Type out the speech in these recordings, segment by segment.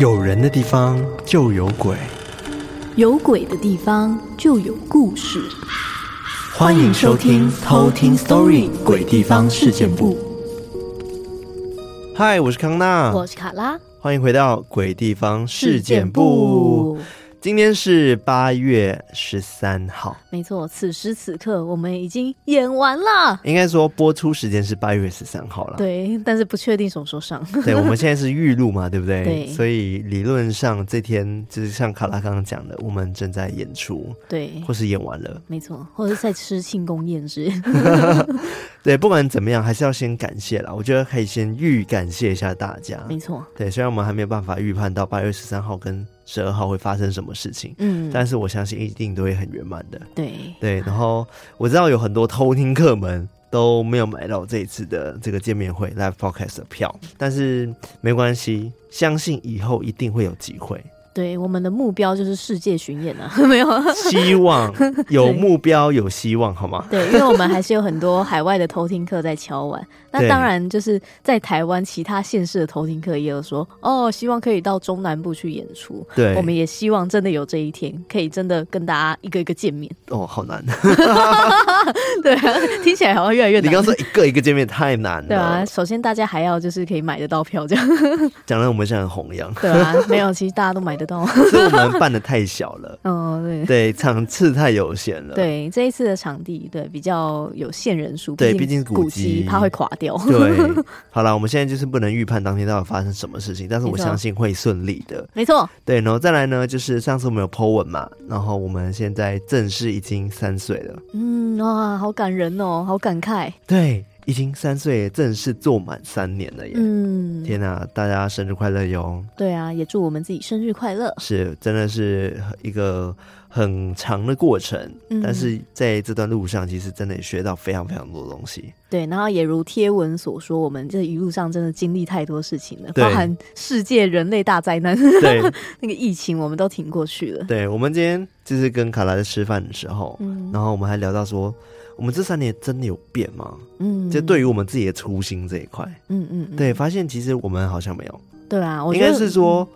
有人的地方就有鬼，有鬼的地方就有故事。欢迎收听《偷听 Story 鬼地方事件部》。嗨，我是康纳，我是卡拉，欢迎回到《鬼地方事件部》。今天是八月十三号，没错。此时此刻，我们已经演完了。应该说播出时间是八月十三号了。对，但是不确定什么时候上。 对，我们现在是预录嘛，对不对？对所以理论上这天就是像卡拉刚刚讲的，我们正在演出，对，或是演完了。没错，或者是在吃庆功宴之对，不管怎么样，还是要先感谢啦。我觉得可以先预感谢一下大家。没错，对，虽然我们还没有办法预判到八月十三号跟十二号会发生什么事情，嗯，哎但是我相信一定都会很圆满的。对，对，然后我知道有很多偷听客们都没有买到这一次的这个见面会 live podcast 的票，但是没关系，相信以后一定会有机 会。对，我们的目标就是世界巡演啊， 没有。希望有对目标，有希望，好吗？对，因为我们还是有很多海外的偷听客在敲碗。那对当然，就是在台湾其他县市的偷听客也有说，哦，希望可以到中南部去演出。对，我们也希望真的有这一天，可以真的跟大家一个一个 见面。哦，好难。对、啊，听起来好像越来越你难。刚说嗯一个一个见面太难对啊，了，首先大家还要就是可以买得到票，这样讲的我们像很弘扬，对啊，没有，其实大家都买得到。 所以我们办的太小了，嗯，对。对，场次太有限了。对这一次的场地，对比较有限人数，对毕竟竟古古迹它会垮掉。对，好了，我们现在就是不能预判当天到底发生什么事情，但是我没错相信会顺利的。没错，对，然后再来呢，就是上次我们有 Po 文嘛，然后我们现在正式已经三岁了，嗯，哇，好感人哦，好感慨，对，已经三岁，正式做满三年了耶！嗯，天哪、大家生日快乐哟！对啊，也祝我们自己生日快乐。是，真的是一个很长的过程，嗯但是在这段路上，其实真的也学到非常非常多东西。对，然后也如贴文所说，我们这一路上真的经历太多事情了，对包含世界人类大灾难，对，那个疫情，我们都挺过去了。对，我们今天就是跟卡拉在吃饭的时候，嗯然后我们还聊到说，我们这三年真的有变吗？嗯，就对于我们自己的初心这一块，嗯，嗯嗯，对，发现其实我们好像没有。对啊，我应觉得该是说，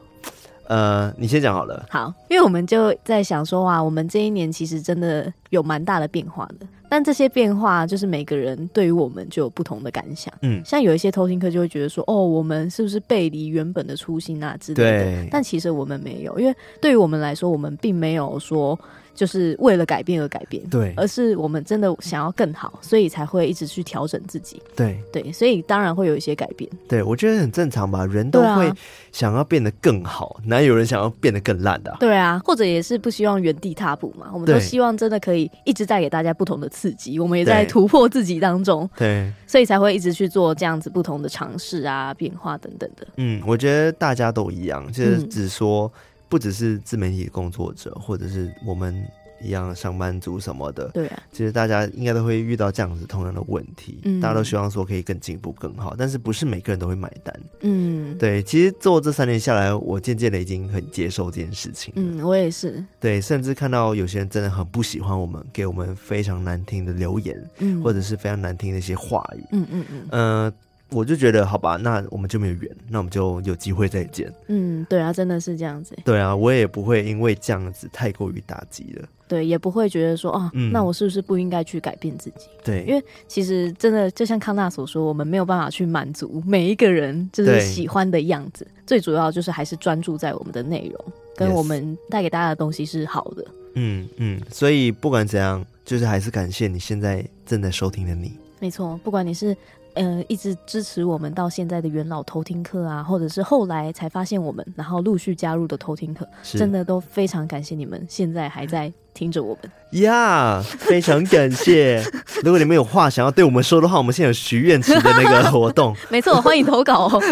呃，你先讲好了。好，因为我们就在想说啊，我们这一年其实真的有蛮大的变化的，但这些变化就是每个人对于我们就有不同的感想。嗯，像有一些偷听客就会觉得说，哦，我们是不是背离原本的初心啊之类对的？但其实我们没有，因为对于我们来说，我们并没有说就是为了改变而改变，对而是我们真的想要更好，所以才会一直去调整自己。对对，所以当然会有一些改变。对，我觉得很正常吧，人都对啊会想要变得更好，哪有人想要变得更烂的啊、对啊，或者也是不希望原地踏步嘛，我们都对希望真的可以一直带给大家不同的刺激，我们也在对突破自己当中，对，所以才会一直去做这样子不同的尝试啊、变化等等的。嗯，我觉得大家都一样，就是嗯只说、不只是自媒体工作者，或者是我们一样上班族什么的，对啊，其实大家应该都会遇到这样子同样的问题。嗯大家都希望说可以更进步、更好，但是不是每个人都会买单。嗯对，其实做这三年下来，我渐渐的已经很接受这件事情了。嗯，我也是，对，甚至看到有些人真的很不喜欢我们，给我们非常难听的留言，嗯，或者是非常难听的一些话语。嗯嗯嗯呃，我就觉得好吧，那我们就没有缘，那我们就有机会再见。嗯，对啊，真的是这样子，对啊，我也不会因为这样子太过于打击了。对，也不会觉得说啊，嗯那我是不是不应该去改变自己？对，因为其实真的就像康纳所说，我们没有办法去满足每一个人就是对喜欢的样子，最主要就是还是专注在我们的内容跟 Yes 我们带给大家的东西是好的。嗯嗯，所以不管怎样，就是还是感谢你现在正在收听的你。没错，不管你是呃一直支持我们到现在的元老偷听课啊，或者是后来才发现我们，然后陆续加入的偷听课，是真的都非常感谢你们现在还在听着我们。呀非常感 谢。如果你们有话想要对我们说的话，我们现在有许愿池的那个活 动，没错，欢迎投稿哦。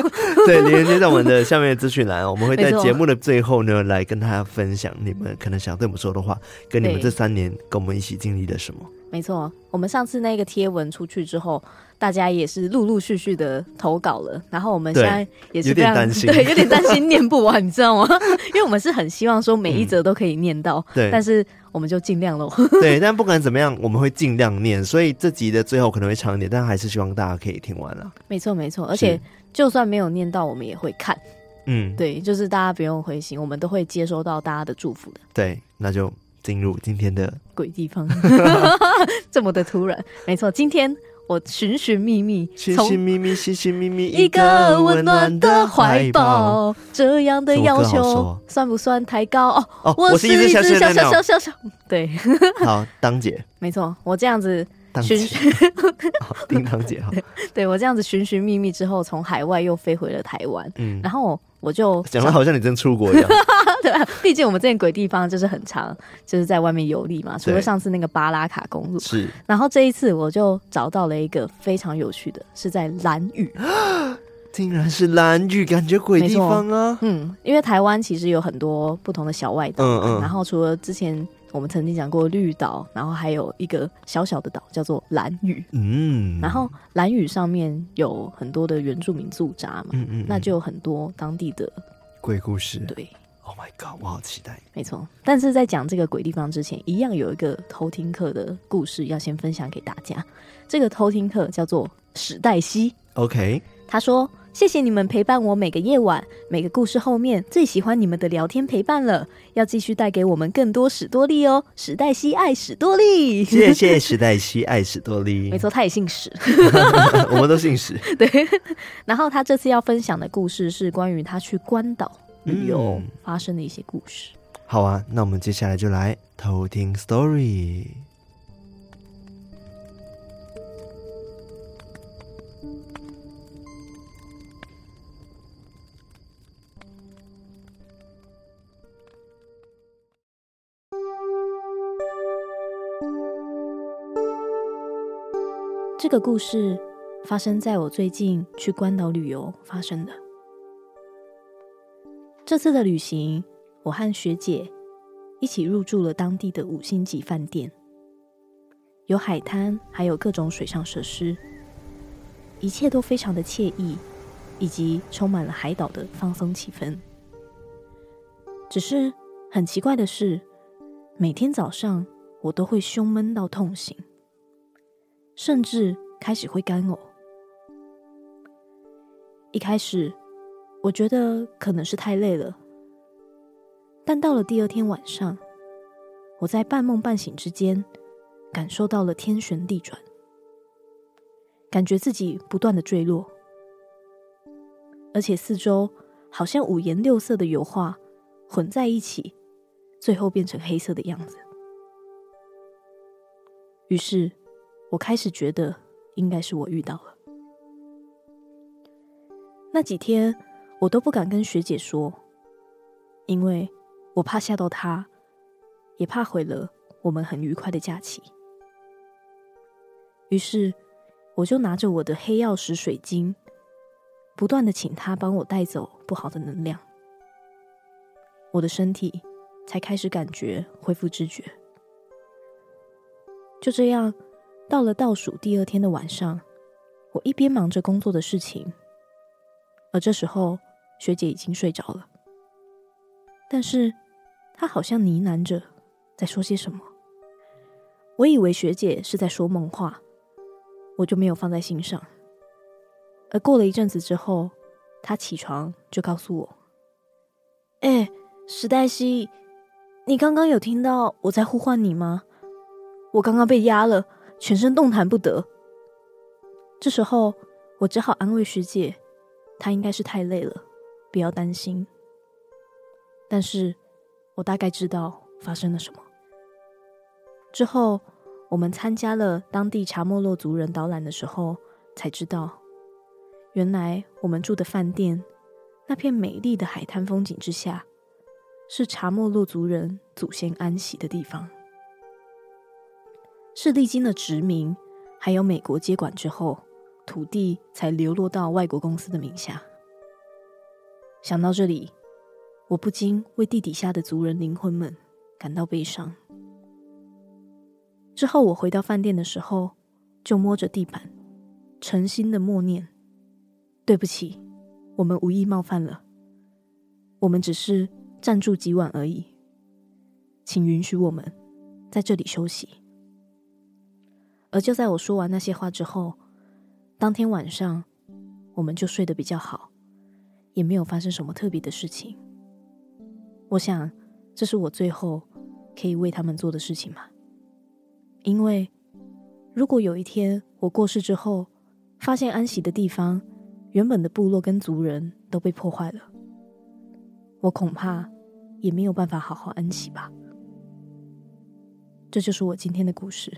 对，连接在我们的下面的资讯栏，我们会在没错节目的最后呢，来跟大家分享你们可能想对我们说的话，跟你们对这三年跟我们一起经历了什么。没错，我们上次那个贴文出去之后，大家也是陆陆续续的投稿了。然后我们对现在也是有非点常担心对，有点担心念不完，你知道吗？因为我们是很希望说每一则都可以念到，对但是我们就尽量喽。对，但不管怎么样，我们会尽量念，所以这集的最后可能会长一点，但还是希望大家可以听完了。没错，没错，而且就算没有念到，我们也会看。嗯，对，就是大家不用灰心，我们都会接收到大家的祝福的。对，那就进入今天的鬼地方，这么的突然，没错。今天我寻寻觅觅，寻从寻觅觅，寻寻觅觅，一个温暖的怀抱。抱，这样的要这首歌好熟求啊算不算太高？哦，哦，我是一只小小小小小鸟。小小， 对，好，当姐，没错，我这样子，当寻姐，好，叮当姐，好，对我这样子寻寻觅觅之后，从海外又飞回了台湾，嗯，然后我就讲的好像你真出国一样。 对吧？毕竟我们之前鬼地方就是很长，就是在外面游历嘛。除了对上次那个巴拉卡公 路，是，然后这一次我就找到了一个非常有趣的，是在蓝屿。竟然是蓝雨，感觉鬼地方啊。嗯，因为台湾其实有很多不同的小外岛嘛，嗯嗯然后除了之前我们曾经讲过绿岛，然后还有一个小小的岛叫做蓝屿，嗯，然，后蓝屿上面有很多的原住民驻扎嘛，嗯嗯，那就有很多当地的鬼故事。对。 Oh my god，我好期待。没错，但是在讲这个鬼地方之前，一样有一个偷听课的故事要先分享给大家。这个偷听课叫做史黛西， OK，他说：“谢谢你们陪伴我每个夜晚，每个故事后面最喜欢你们的聊天陪伴了，要继续带给我们更多史多利哦，史黛西爱史多利。”谢谢史黛西爱史多利 没。错，他也姓史。 我们都姓 史。然后他这次要分享的故事是关于他去关岛旅游嗯发生的一些故事。好啊，那我们接下来就来偷听 story。这个故事发生在我最近去关岛旅游发生的。这次的旅行，我和学姐一起入住了当地的五星级饭店，有海滩，还有各种水上设施，一切都非常的惬意，以及充满了海岛的放松气氛。只是很奇怪的是，每天早上我都会胸闷到痛醒。甚至开始会干呕。一开始，我觉得可能是太累了，但到了第二天晚上，我在半梦半醒之间，感受到了天旋地转，感觉自己不断的坠落，而且四周好像五颜六色的油画混在一起，最后变成黑色的样子。于是，我开始觉得应该是我遇到了。那几天我都不敢跟学姐说，因为我怕吓到她，也怕毁了我们很愉快的假期。于是，我就拿着我的黑曜石水晶，不断的请她帮我带走不好的能量，我的身体才开始感觉恢复知觉。就这样，到了倒数第二天的晚上，我一边忙着工作的事情，而这时候学姐已经睡着了，但是她好像呢喃着在说些什么。我以为学姐是在说梦话，我就没有放在心上。而过了一阵子之后，她起床就告诉我：“哎、史黛西，你刚刚有听到我在呼唤你吗？我刚刚被压了。”全身动弹不得。这时候，我只好安慰学姐，她应该是太累了，不要担心。但是我大概知道发生了什么。之后，我们参加了当地查莫洛族人导览的时候，才知道，原来我们住的饭店那片美丽的海滩风景之下，是查莫洛族人祖先安息的地方。是历经了殖民，还有美国接管之后，土地才流落到外国公司的名下。想到这里，我不禁为地底下的族人灵魂们感到悲伤。之后我回到饭店的时候，就摸着地板，诚心的默念：“对不起，我们无意冒犯了，我们只是暂住几晚而已，请允许我们在这里休息。”而就在我说完那些话之后，当天晚上，我我们就睡得比较好，也没有发生什么特别的事情。我想，这是我最后可以为他们做的事情嘛。因为如果有一天我过世之后，发现安息的地方原本的部落跟族人都被破坏了，我恐怕也没有办法好好安息吧。这就是我今天的故事。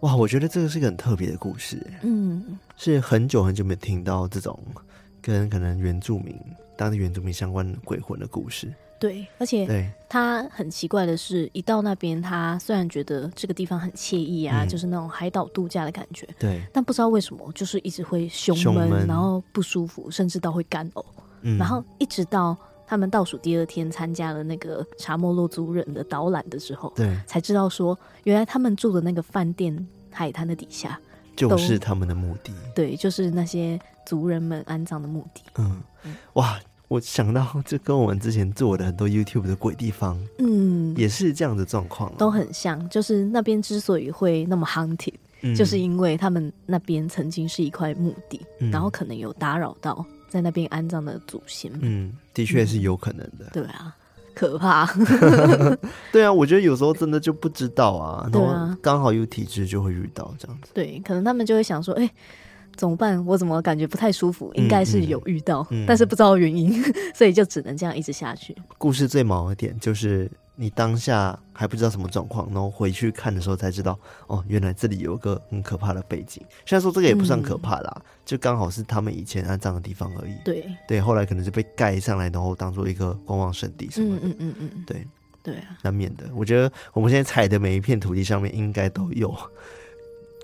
哇，我觉得这个是一个很特别的故事，欸嗯，是很久很久没有听到这种跟可能原住民、当地原住民相关的鬼魂的故事。对，而且对，他很奇怪的是，一到那边，他虽然觉得这个地方很惬意啊，嗯就是那种海岛度假的感觉，对，但不知道为什么，就是一直会胸胸闷，闷然后不舒服，甚至到会干呕。嗯，然后一直到他们倒数第二天参加了那个查莫洛族人的导览的时候，对，才知道说，原来他们住的那个饭店海滩的底下，就是他们的目的。对，就是那些族人们安葬的墓地。嗯，哇，我想到这跟我们之前做的很多 YouTube 的鬼地方嗯，也是这样的状况啊、都很像，就是那边之所以会那么 hunted，、嗯就是因为他们那边曾经是一块墓地，嗯然后可能有打扰到在那边安葬的祖先。嗯，的确是有可能的。对啊，可怕。 对啊，我觉得有时候真的就不知道啊，对然啊后刚好有体质就会遇到这样子。对，可能他们就会想说，哎、怎么办？我怎么感觉不太舒服？嗯应该是有遇到，嗯但是不知道原因，所以就只能这样一直下去。故事最毛的点就是你当下还不知道什么状况，然后回去看的时候才知道，哦，原来这里有一个很可怕的背景。虽然说这个也不算可怕嗯啦，就刚好是他们以前安葬的地方而已。对，对，后来可能就被盖上来，然后当做一个观望圣地什么嗯的，嗯嗯嗯，对，对啊，难免的。我觉得我们现在踩的每一片土地上面应该都有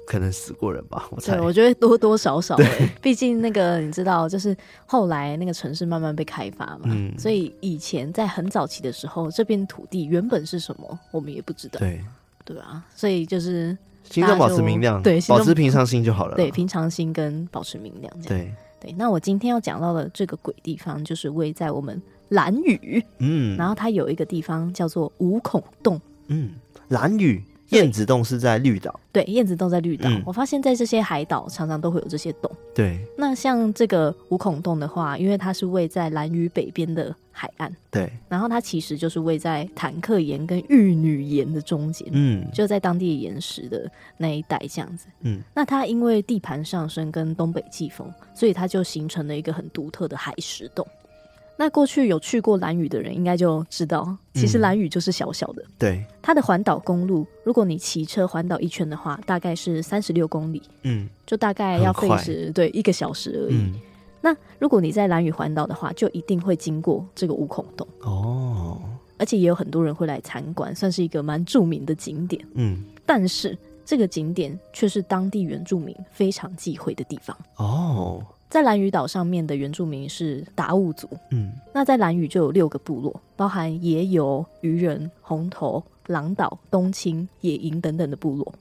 可能死过人吧，我猜对，。我觉得多多少少、欸，毕竟那个你知道，就是后来那个城市慢慢被开发嘛，嗯所以以前在很早期的时候，这片土地原本是什么，我们也不知道，对，对啊，所以就是心中保持明亮，大家就对心保中持平常心就好了。对平常心跟保持明亮这样。啊对，对，那我今天要讲到的这个鬼地方，就是位在我们兰屿。嗯，然后它有一个地方叫做五孔洞，嗯，蓝屿对燕子洞是在绿岛，对，燕子洞在绿岛。嗯我发现在这些海岛常常都会有这些洞。对那像这个五孔洞的话，因为它是位在兰屿北边的海岸，对，然后它其实就是位在坦克岩跟玉女岩的中间。嗯就在当地岩石的那一带这样子，嗯那它因为地盘上升跟东北季风，所以它就形成了一个很独特的海蚀洞。那过去有去过兰屿的人应该就知道，其实嗯兰屿就是小小的，对，它的环岛公路，如果你骑车环岛一圈的话，大概是三十六公里，嗯就大概要很费快时对一个小时而已。嗯，那如果你在兰屿环岛的话，就一定会经过这个五孔洞，哦，而且也有很多人会来参观，算是一个蛮著名的景点。嗯但是这个景点却是当地原住民非常忌讳的地方。哦，在兰屿岛上面的原住民是达悟族，嗯那在兰屿就有六个部落，包含野游、渔人、红头、狼岛、东青、野营等等的部落。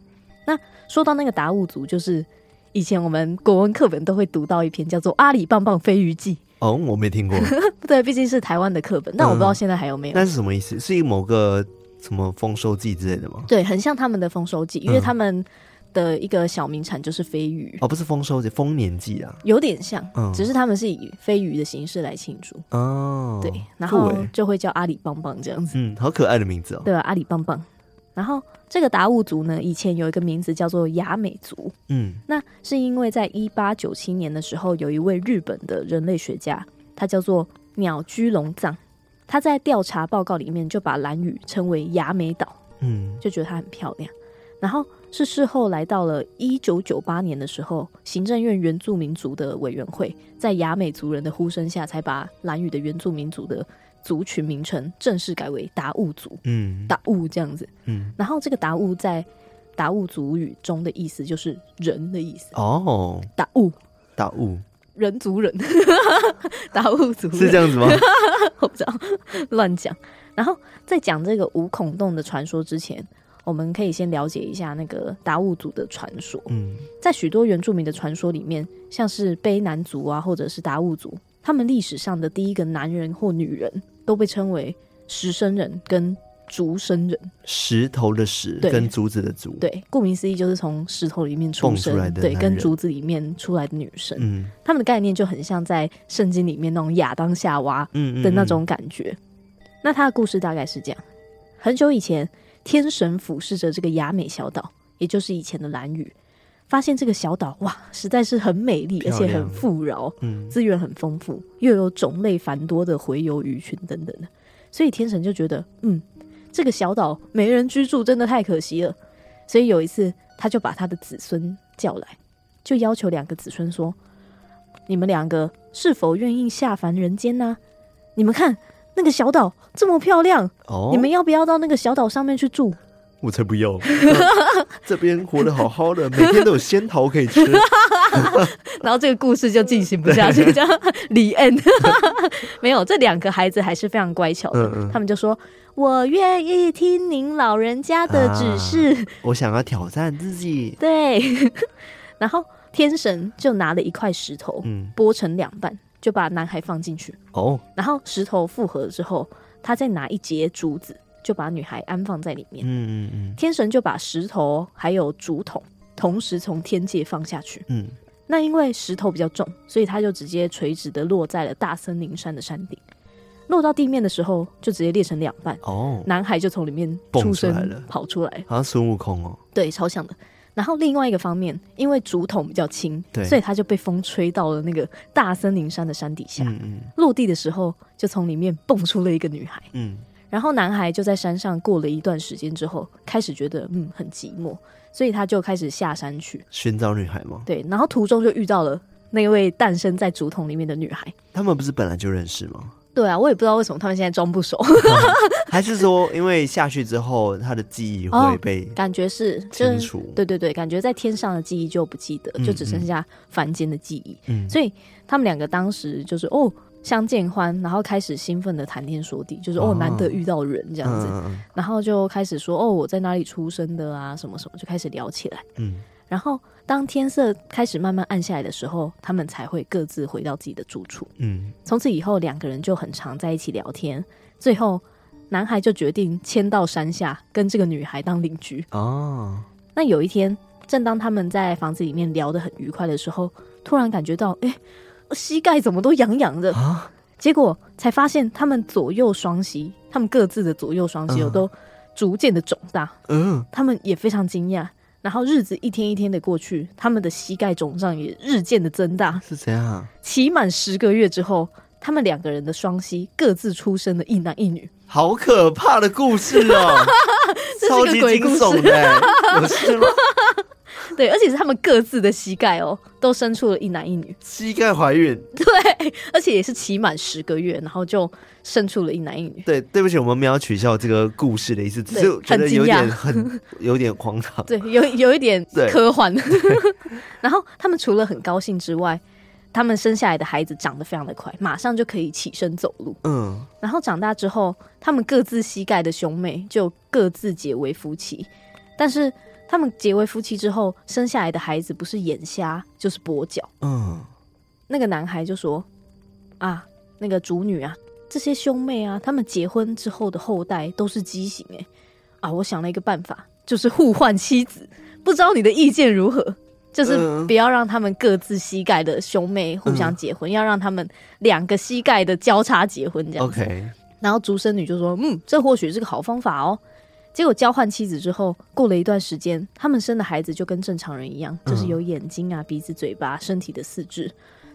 那说到那个达悟族，就是以前我们国文课本都会读到一篇叫做《阿里棒棒飞鱼记哦，我没听过，》， 对，毕竟是台湾的课本，但我不知道现在还有没有。嗯那是什么意思？是一某个什么丰收季之类的吗？对，很像他们的丰收记，因为嗯他们的一个小名产就是飞鱼，哦，不是丰收节，丰年祭啊。有点像，嗯只是他们是以飞鱼的形式来庆祝，哦，对，然酷后欸就会叫阿里棒棒这样子。嗯，好可爱的名字哦。对啊，阿里棒棒。然后这个达悟族呢，以前有一个名字叫做雅美族，嗯那是因为在一八九七年的时候，有一位日本的人类学家，他叫做鸟居龙藏，他在调查报告里面就把兰屿称为雅美岛，嗯就觉得它很漂亮。然后是事后来到了一九九八年的时候，行政院原住民族的委员会在雅美族人的呼声下，才把兰屿的原住民族的族群名称正式改为达悟族。嗯达悟这样子。嗯，然后这个达悟在达悟族语中的意思就是人的意思，哦，达悟大雾人族人， 达悟族人是这样子 吗？我不知道乱讲。然后在讲这个五孔洞的传说之前。我们可以先了解一下那个达悟族的传说，嗯在许多原住民的传说里面，像是卑南族啊，或者是达悟族，他们历史上的第一个男人或女人都被称为石生人跟竹生人。石头的石对跟竹子的竹，，对，顾名思义就是从石头里面出蹦出生，来的对，男跟人竹子里面出来的女生，嗯他们的概念就很像在圣经里面那种亚当夏娃嗯嗯的那嗯种感觉。那他的故事大概是这样：很久以前，天神俯视着这个雅美小岛，也就是以前的蓝屿，发现这个小岛哇，实在是很美丽，而漂且亮很富饶，嗯资源很丰富，又有种类繁多的洄游鱼群等等的，所以天神就觉得，嗯，这个小岛没人居住，真的太可惜了。所以有一次，他就把他的子孙叫来，就要求两个子孙说：“你们两个是否愿意下凡人间呢、你们看那个小岛这么漂亮，哦，你们要不要到那个小岛上面去住？”我才不要， 这边活得好好的，每天都有仙桃可以 吃， 然后这个故事就进行不下去，这样李恩 没有这两个孩子还是非常乖巧的，嗯嗯他们就说：“我愿意听您老人家的指示。我想要挑战自己， 对， 然后天神就拿了一块石头，嗯，剥成两半，就把男孩放进去。哦，然后石头复合之后，他再拿一截竹子，就把女孩安放在里面。嗯嗯嗯天神就把石头还有竹筒同时从天界放下去。嗯，那因为石头比较重，所以它就直接垂直的落在了大森林山的山顶。落到地面的时候，就直接裂成两半，哦，男孩就从里面蹦出出来生了跑出来，好像孙悟空哦，对，超像的。然后另外一个方面，因为竹筒比较轻，对所以它就被风吹到了那个大森林山的山底下。嗯嗯落地的时候，就从里面蹦出了一个女孩。嗯，然后男孩就在山上过了一段时间之后，开始觉得嗯很寂寞，所以他就开始下山去。寻找女孩吗？对，然后途中就遇到了那位诞生在竹筒里面的女孩。他们不是本来就认识吗？对啊，我也不知道为什么他们现在装不熟，还是说，因为下去之后，他的记忆哦会被 感觉是就清是除？对对对，感觉在天上的记忆就不记得，就只剩下凡间的记忆。嗯所以他们两个当时就是哦相见欢，然后开始兴奋的谈天说地，就是哦哦难得遇到人这样子，嗯然后就开始说哦我在哪里出生的啊什么什么，就开始聊起来。嗯然后当天色开始慢慢暗下来的时候，他们才会各自回到自己的住处。嗯从此以后，两个人就很常在一起聊天。最后，男孩就决定迁到山下，跟这个女孩当邻居。嗯啊，那有一天，正当他们在房子里面聊得很愉快的时候，突然感觉到，哎、我膝盖怎么都痒痒的啊？结果才发现，他们左右双膝，他们各自的左右双膝有嗯都逐渐的肿大。嗯，他们也非常惊讶。然后日子一天一天的过去，他们的膝盖肿胀也日渐的增大。是怎样啊？期满十个月之后，他们两个人的双膝各自出生了一男一女。好可怕的故事哦， 这超是个级鬼惊故事悚的，欸有事吗？对，而且是他们各自的膝盖哦，都生出了一男一女。膝盖怀孕， 对，而且也是期满十个月，然后就生出了一男一女。对，对不起，我们没有取笑这个故事的意思，只对是觉得很惊有 点讶很有点荒唐。 对，有有一点对科幻。然后他们除了很高兴之外，他们生下来的孩子长得非常的快，马上就可以起身走路。嗯，然后长大之后，他们各自膝盖的兄妹就各自结为夫妻，但是他们结为夫妻之后，生下来的孩子不是眼瞎就是跛脚。嗯，那个男孩就说：“啊，那个主女啊，这些兄妹啊，他们结婚之后的后代都是畸形哎、啊，我想了一个办法，就是互换妻子，不知道你的意见如何？就是嗯不要让他们各自膝盖的兄妹互相结婚，要让他们两个膝盖的交叉结婚这样子。 OK，然后竹生女就说：“嗯，这或许是个好方法哦。”结果交换妻子之后，过了一段时间，他们生的孩子就跟正常人一样，就是有眼睛啊、鼻子、嘴巴、身体的四肢。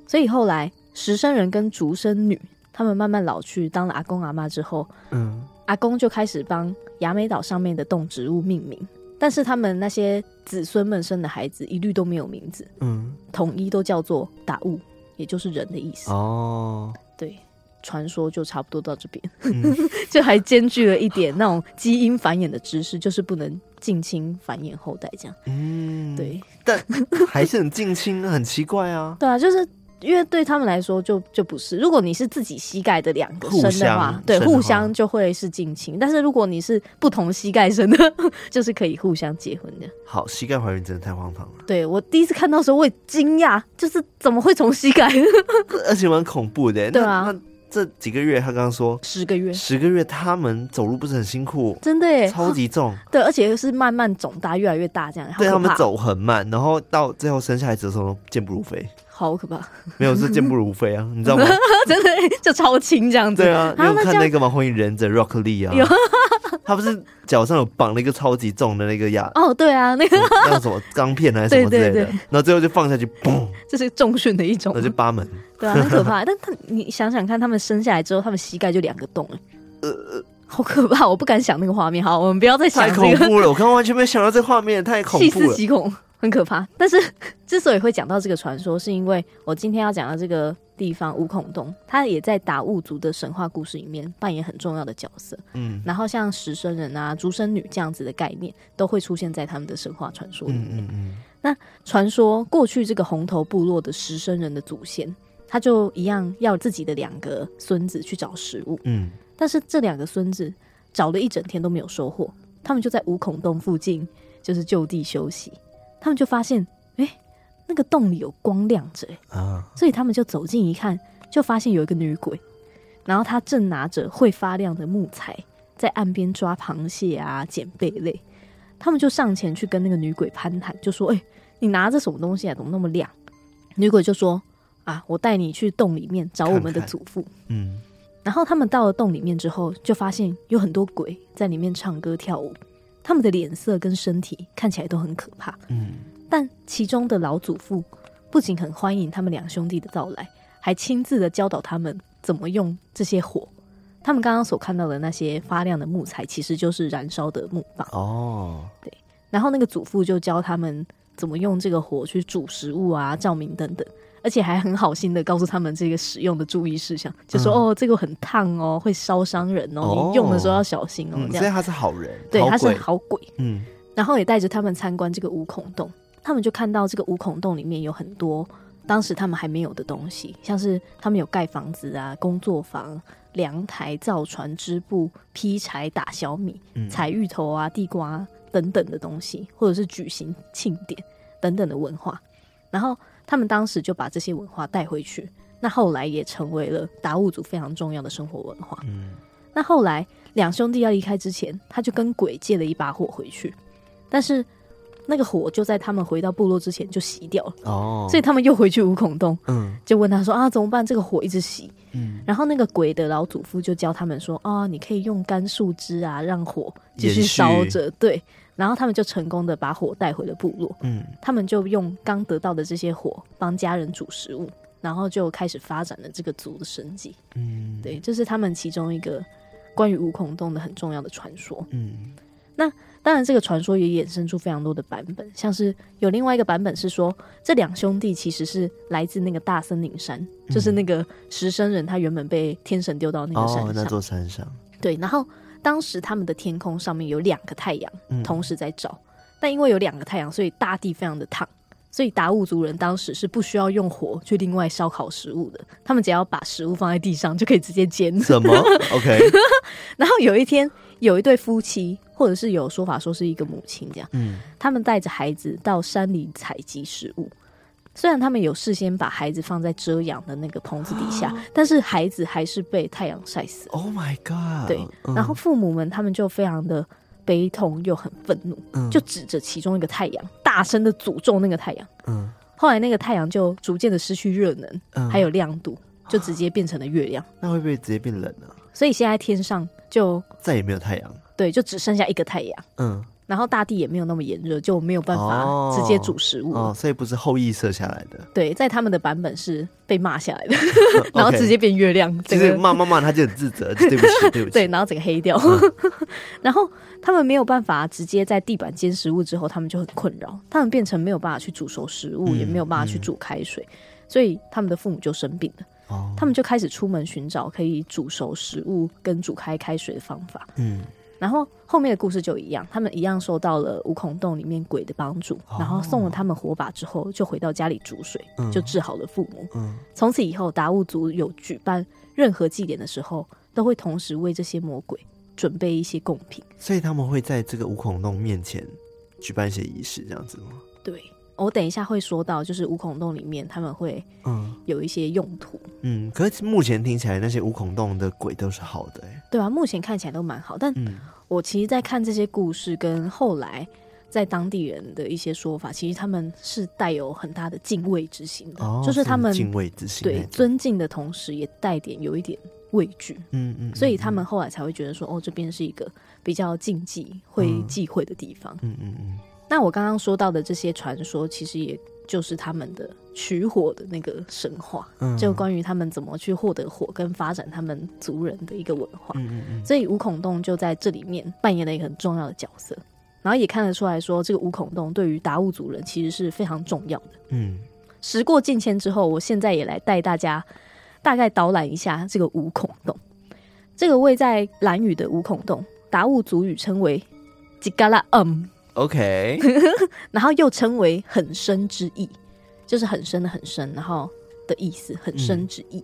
所以后来石生人跟竹生女他们慢慢老去，当了阿公阿妈之后，嗯，阿公就开始帮雅美岛上面的动植物命名，但是他们那些子孙们生的孩子一律都没有名字，嗯，统一都叫做打物，也就是人的意思。哦，对，传说就差不多到这边，嗯 就还兼具了一点那种基因繁衍的知识，就是不能近亲繁衍后代这样。嗯，对，还是很近亲，很奇怪啊。对啊，就是因为对他们来说就就不是。如果你是自己膝盖的两个互深的话相，对，深的互话相就会是近亲。但是如果你是不同膝盖深的， 就是可以互相结婚的。好，膝盖怀孕真的太荒唐了，对我第一次看到的时候，我也惊讶，就是怎么会从膝盖 而且蛮恐怖的。欸对啊那那这几个月他刚刚说十个月？十个月，他们走路不是很辛苦，真的耶，超级 重，对，而且是慢慢肿大，越来越大，这样，好对可他们怕，走很慢，然后到最后生下孩子的时候健步如飞，好可怕，没有是健步如飞啊，你知道吗？真的耶 就超轻这样子。 对啊，你然有后那看这那样个吗？火影忍者 Rock Lee 有啊， 他不是脚上有绑了一个超级重的那个压，哦，对啊， 那个 那个什么钢片还是什么之对类对的，对然后最后就放下去， 嘣，这是重训的一种那，就扒 门。对啊，很可怕。但他你想想看，他们生下来之后，他们膝盖就两个洞，哎，呃 好可怕，我不敢想那个画面。好，我们不要再想太恐这个，怖了！我刚刚完全没想到这画面，太恐 细怖思了。极恐，很可怕。但是之所以会讲到这个传说，是因为我今天要讲到这个地方乌孔洞，它也在达悟族的神话故事里面扮演很重要的角色。嗯然后像食生人啊、竹生女这样子的概念，都会出现在他们的神话传说里嗯面。嗯嗯，传说过去这个红头部落的食生人的祖先，他就一样要自己的两个孙子去找食物，嗯，但是这两个孙子找了一整天都没有收获，他们就在五孔洞附近就是就地休息，他们就发现，哎、那个洞里有光亮着、诶啊，所以他们就走近一看，就发现有一个女鬼，然后她正拿着会发亮的木材在岸边抓螃蟹啊、捡贝类。他们就上前去跟那个女鬼攀谈，就说：“哎、你拿着什么东西啊？怎么那么亮？”女鬼就说：“啊，我带你去洞里面找我们的看看祖父。嗯，然后他们到了洞里面之后，就发现有很多鬼在里面唱歌跳舞，他们的脸色跟身体看起来都很可怕。嗯，但其中的老祖父不仅很欢迎他们两兄弟的到来，还亲自的教导他们怎么用这些火。他们刚刚所看到的那些发亮的木材，其实就是燃烧的木棒。哦，然后那个祖父就教他们怎么用这个火去煮食物啊、照明等等，而且还很好心的告诉他们这个使用的注意事项，就说、哦，这个很烫哦，会烧伤人哦，嗯哦你用的时候要小心哦，嗯，这所以样。他是好人，对，好他是鬼好鬼，嗯然后也带着他们参观这个五孔洞，他们就看到这个五孔洞里面有很多当时他们还没有的东西，像是他们有盖房子啊、工作房、凉台、造船、织布、劈柴、打小米、嗯，采芋头啊、地瓜、等等的东西，或者是举行庆典等等的文化。然后他们当时就把这些文化带回去，那后来也成为了达悟族非常重要的生活文化。嗯那后来两兄弟要离开之前，他就跟鬼借了一把火回去，但是那个火就在他们回到部落之前就熄掉了，哦，所以他们又回去五孔洞，嗯就问他说啊怎么办？这个火一直熄，嗯，然后那个鬼的老祖父就教他们说：“哦，你可以用干树枝啊，让火继续延续烧着。”对，然后他们就成功的把火带回了部落。嗯他们就用刚得到的这些火帮家人煮食物，然后就开始发展了这个族的生计。嗯，对，这是他们其中一个关于五孔洞的很重要的传说。嗯当然，这个传说也衍生出非常多的版本，像是有另外一个版本是说，这两兄弟其实是来自那个大森林山，就是那个石生人，他原本被天神丢到那个山嗯哦，那上，座山上，对，然后当时他们的天空上面有两个太阳嗯同时在照，但因为有两个太阳，所以大地非常的烫。所以达悟族人当时是不需要用火去另外烧烤食物的，他们只要把食物放在地上就可以直接煎。什么 ？OK，然后有一天，有一对夫妻，或者是有说法说是一个母亲这样，嗯他们带着孩子到山里采集食物。虽然他们有事先把孩子放在遮阳的那个棚子底啊下，但是孩子还是被太阳晒死了。 ，Oh my God，对嗯，然后父母们他们就非常的悲痛又很愤怒，嗯就指着其中一个太阳，大声的诅咒那个太阳。嗯后来那个太阳就逐渐的失去热能，嗯，还有亮度，就直接变成了月亮。那会不会直接变冷啊？所以现在天上就再也没有太阳，对，就只剩下一个太阳，嗯然后大地也没有那么炎热，就没有办法哦直接煮食物了。哦，所以不是后羿射下来的，对，在他们的版本是被骂下来的， 然后直接变月亮，哦其整实个骂骂骂他就很自责， 就对不起，对不起。对，然后整个黑掉。嗯 然后他们没有办法直接在地板煎食物之后，他们就很困扰，他们变成没有办法去煮熟食物，嗯也没有办法去煮开水，所以他们的父母就生病了。哦，他们就开始出门寻找可以煮熟食物跟煮开开水的方法。嗯然后后面的故事就一样，他们一样受到了五孔洞里面鬼的帮助，然后送了他们火把之后，就回到家里煮水，哦嗯就治好了父母。嗯，从此以后，达悟族有举办任何祭典的时候，都会同时为这些魔鬼准备一些贡品。所以他们会在这个五孔洞面前举办一些仪式，这样子吗？对我等一下会说到，就是五孔洞里面他们会嗯有一些用途，嗯，可是目前听起来那些五孔洞的鬼都是好的、欸，对啊，目前看起来都蛮好，但嗯我其实，在看这些故事跟后来在当地人的一些说法，其实他们是带有很大的敬畏之心的，哦，就是他们敬畏之心那对种，尊敬的同时，也带点有一点畏惧，嗯嗯，所以嗯他们后来才会觉得说，哦，这边是一个比较禁忌、会嗯忌讳的地方。嗯嗯嗯，那我刚刚说到的这些传说，其实也就是他们的取火的那个神话，嗯就关于他们怎么去获得火跟发展他们族人的一个文化。嗯嗯嗯所以五孔洞就在这里面扮演了一个很重要的角色。然后也看得出来说，这个五孔洞对于达悟族人其实是非常重要的。嗯，时过境迁之后，我现在也来带大家大概导览一下这个五孔洞。这个位在兰屿的五孔洞，达悟族语称为“吉嘎拉嗯 OK，”，然后又称为“很深之意”，就是很深的很深，然后的意思“很深之意”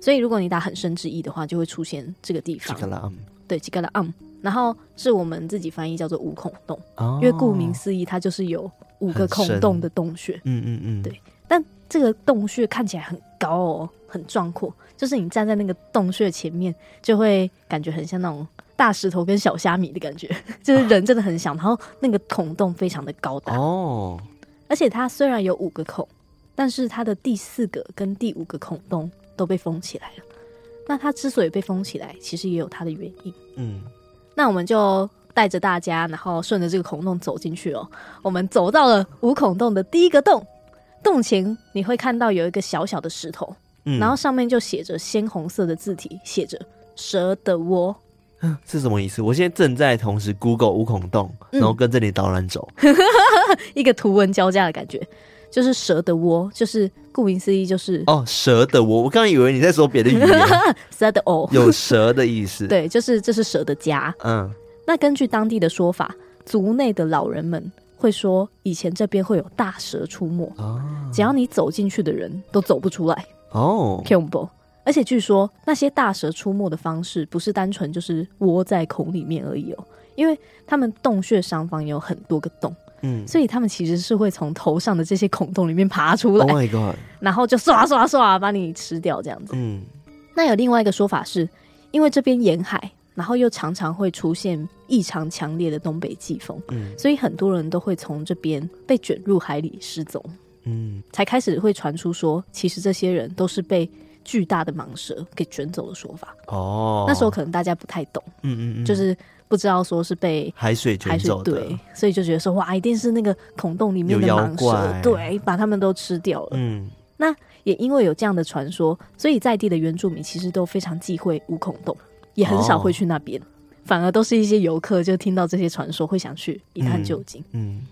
所以如果你打“很深之意”的话，就会出现这个地这方。个啦，对，吉格拉昂，然后是我们自己翻译叫做五孔洞，哦，因为顾名思义，它就是有五个很孔深洞的洞穴。嗯嗯嗯，对但这个洞穴看起来很高哦，很壮阔，就是你站在那个洞穴前面，就会感觉很像那种大石头跟小虾米的感觉， 就是人真的很小，然后那个孔洞非常的高大，哦，而且它虽然有五个孔，但是它的第四个跟第五个孔洞都被封起来了。那它之所以被封起来，其实也有它的原因。嗯，那我们就带着大家，然后顺着这个孔洞走进去哦。我们走到了五孔洞的第一个洞，洞前你会看到有一个小小的石头，嗯然后上面就写着鲜红色的字体，写着“蛇的窝 是什么意思？我现在正在同时 Google 五孔洞，嗯然后跟着你导览走。”，一个图文交加的感觉，就是蛇的窝，就是顾名思义就是哦，啊蛇的我，我刚刚以为你在说别的语 言，蛇的窝，有蛇的意思。，对，就是这是蛇的家。嗯，那根据当地的说法，族内的老人们会说，以前这边会有大蛇出没，哦，只要你走进去的人都走不出来。哦，恐而且据说那些大蛇出没的方式不是单纯就是窝在孔里面而已哦，因为他们洞穴上方有很多个洞，嗯所以他们其实是会从头上的这些孔洞里面爬出来，Oh，my god，然后就唰唰唰把你吃掉这样子。嗯那有另外一个说法是，因为这边沿海，然后又常常会出现异常强烈的东北季风，嗯所以很多人都会从这边被卷入海里失踪。嗯，才开始会传出说，其实这些人都是被巨大的蟒蛇给卷走的说法。哦，那时候，可能大家不太懂，嗯嗯嗯，就是不知道说是被海水卷海水走的对，，所以就觉得说哇，一定是那个孔洞里面的有妖蟒怪蛇，对，把他们都吃掉了。嗯也因为有这样的传说，所以在地的原住民其实都非常忌讳五孔洞，也很少哦会去那边。反而都是一些游客，就听到这些传说会想去一探嗯究竟。嗯。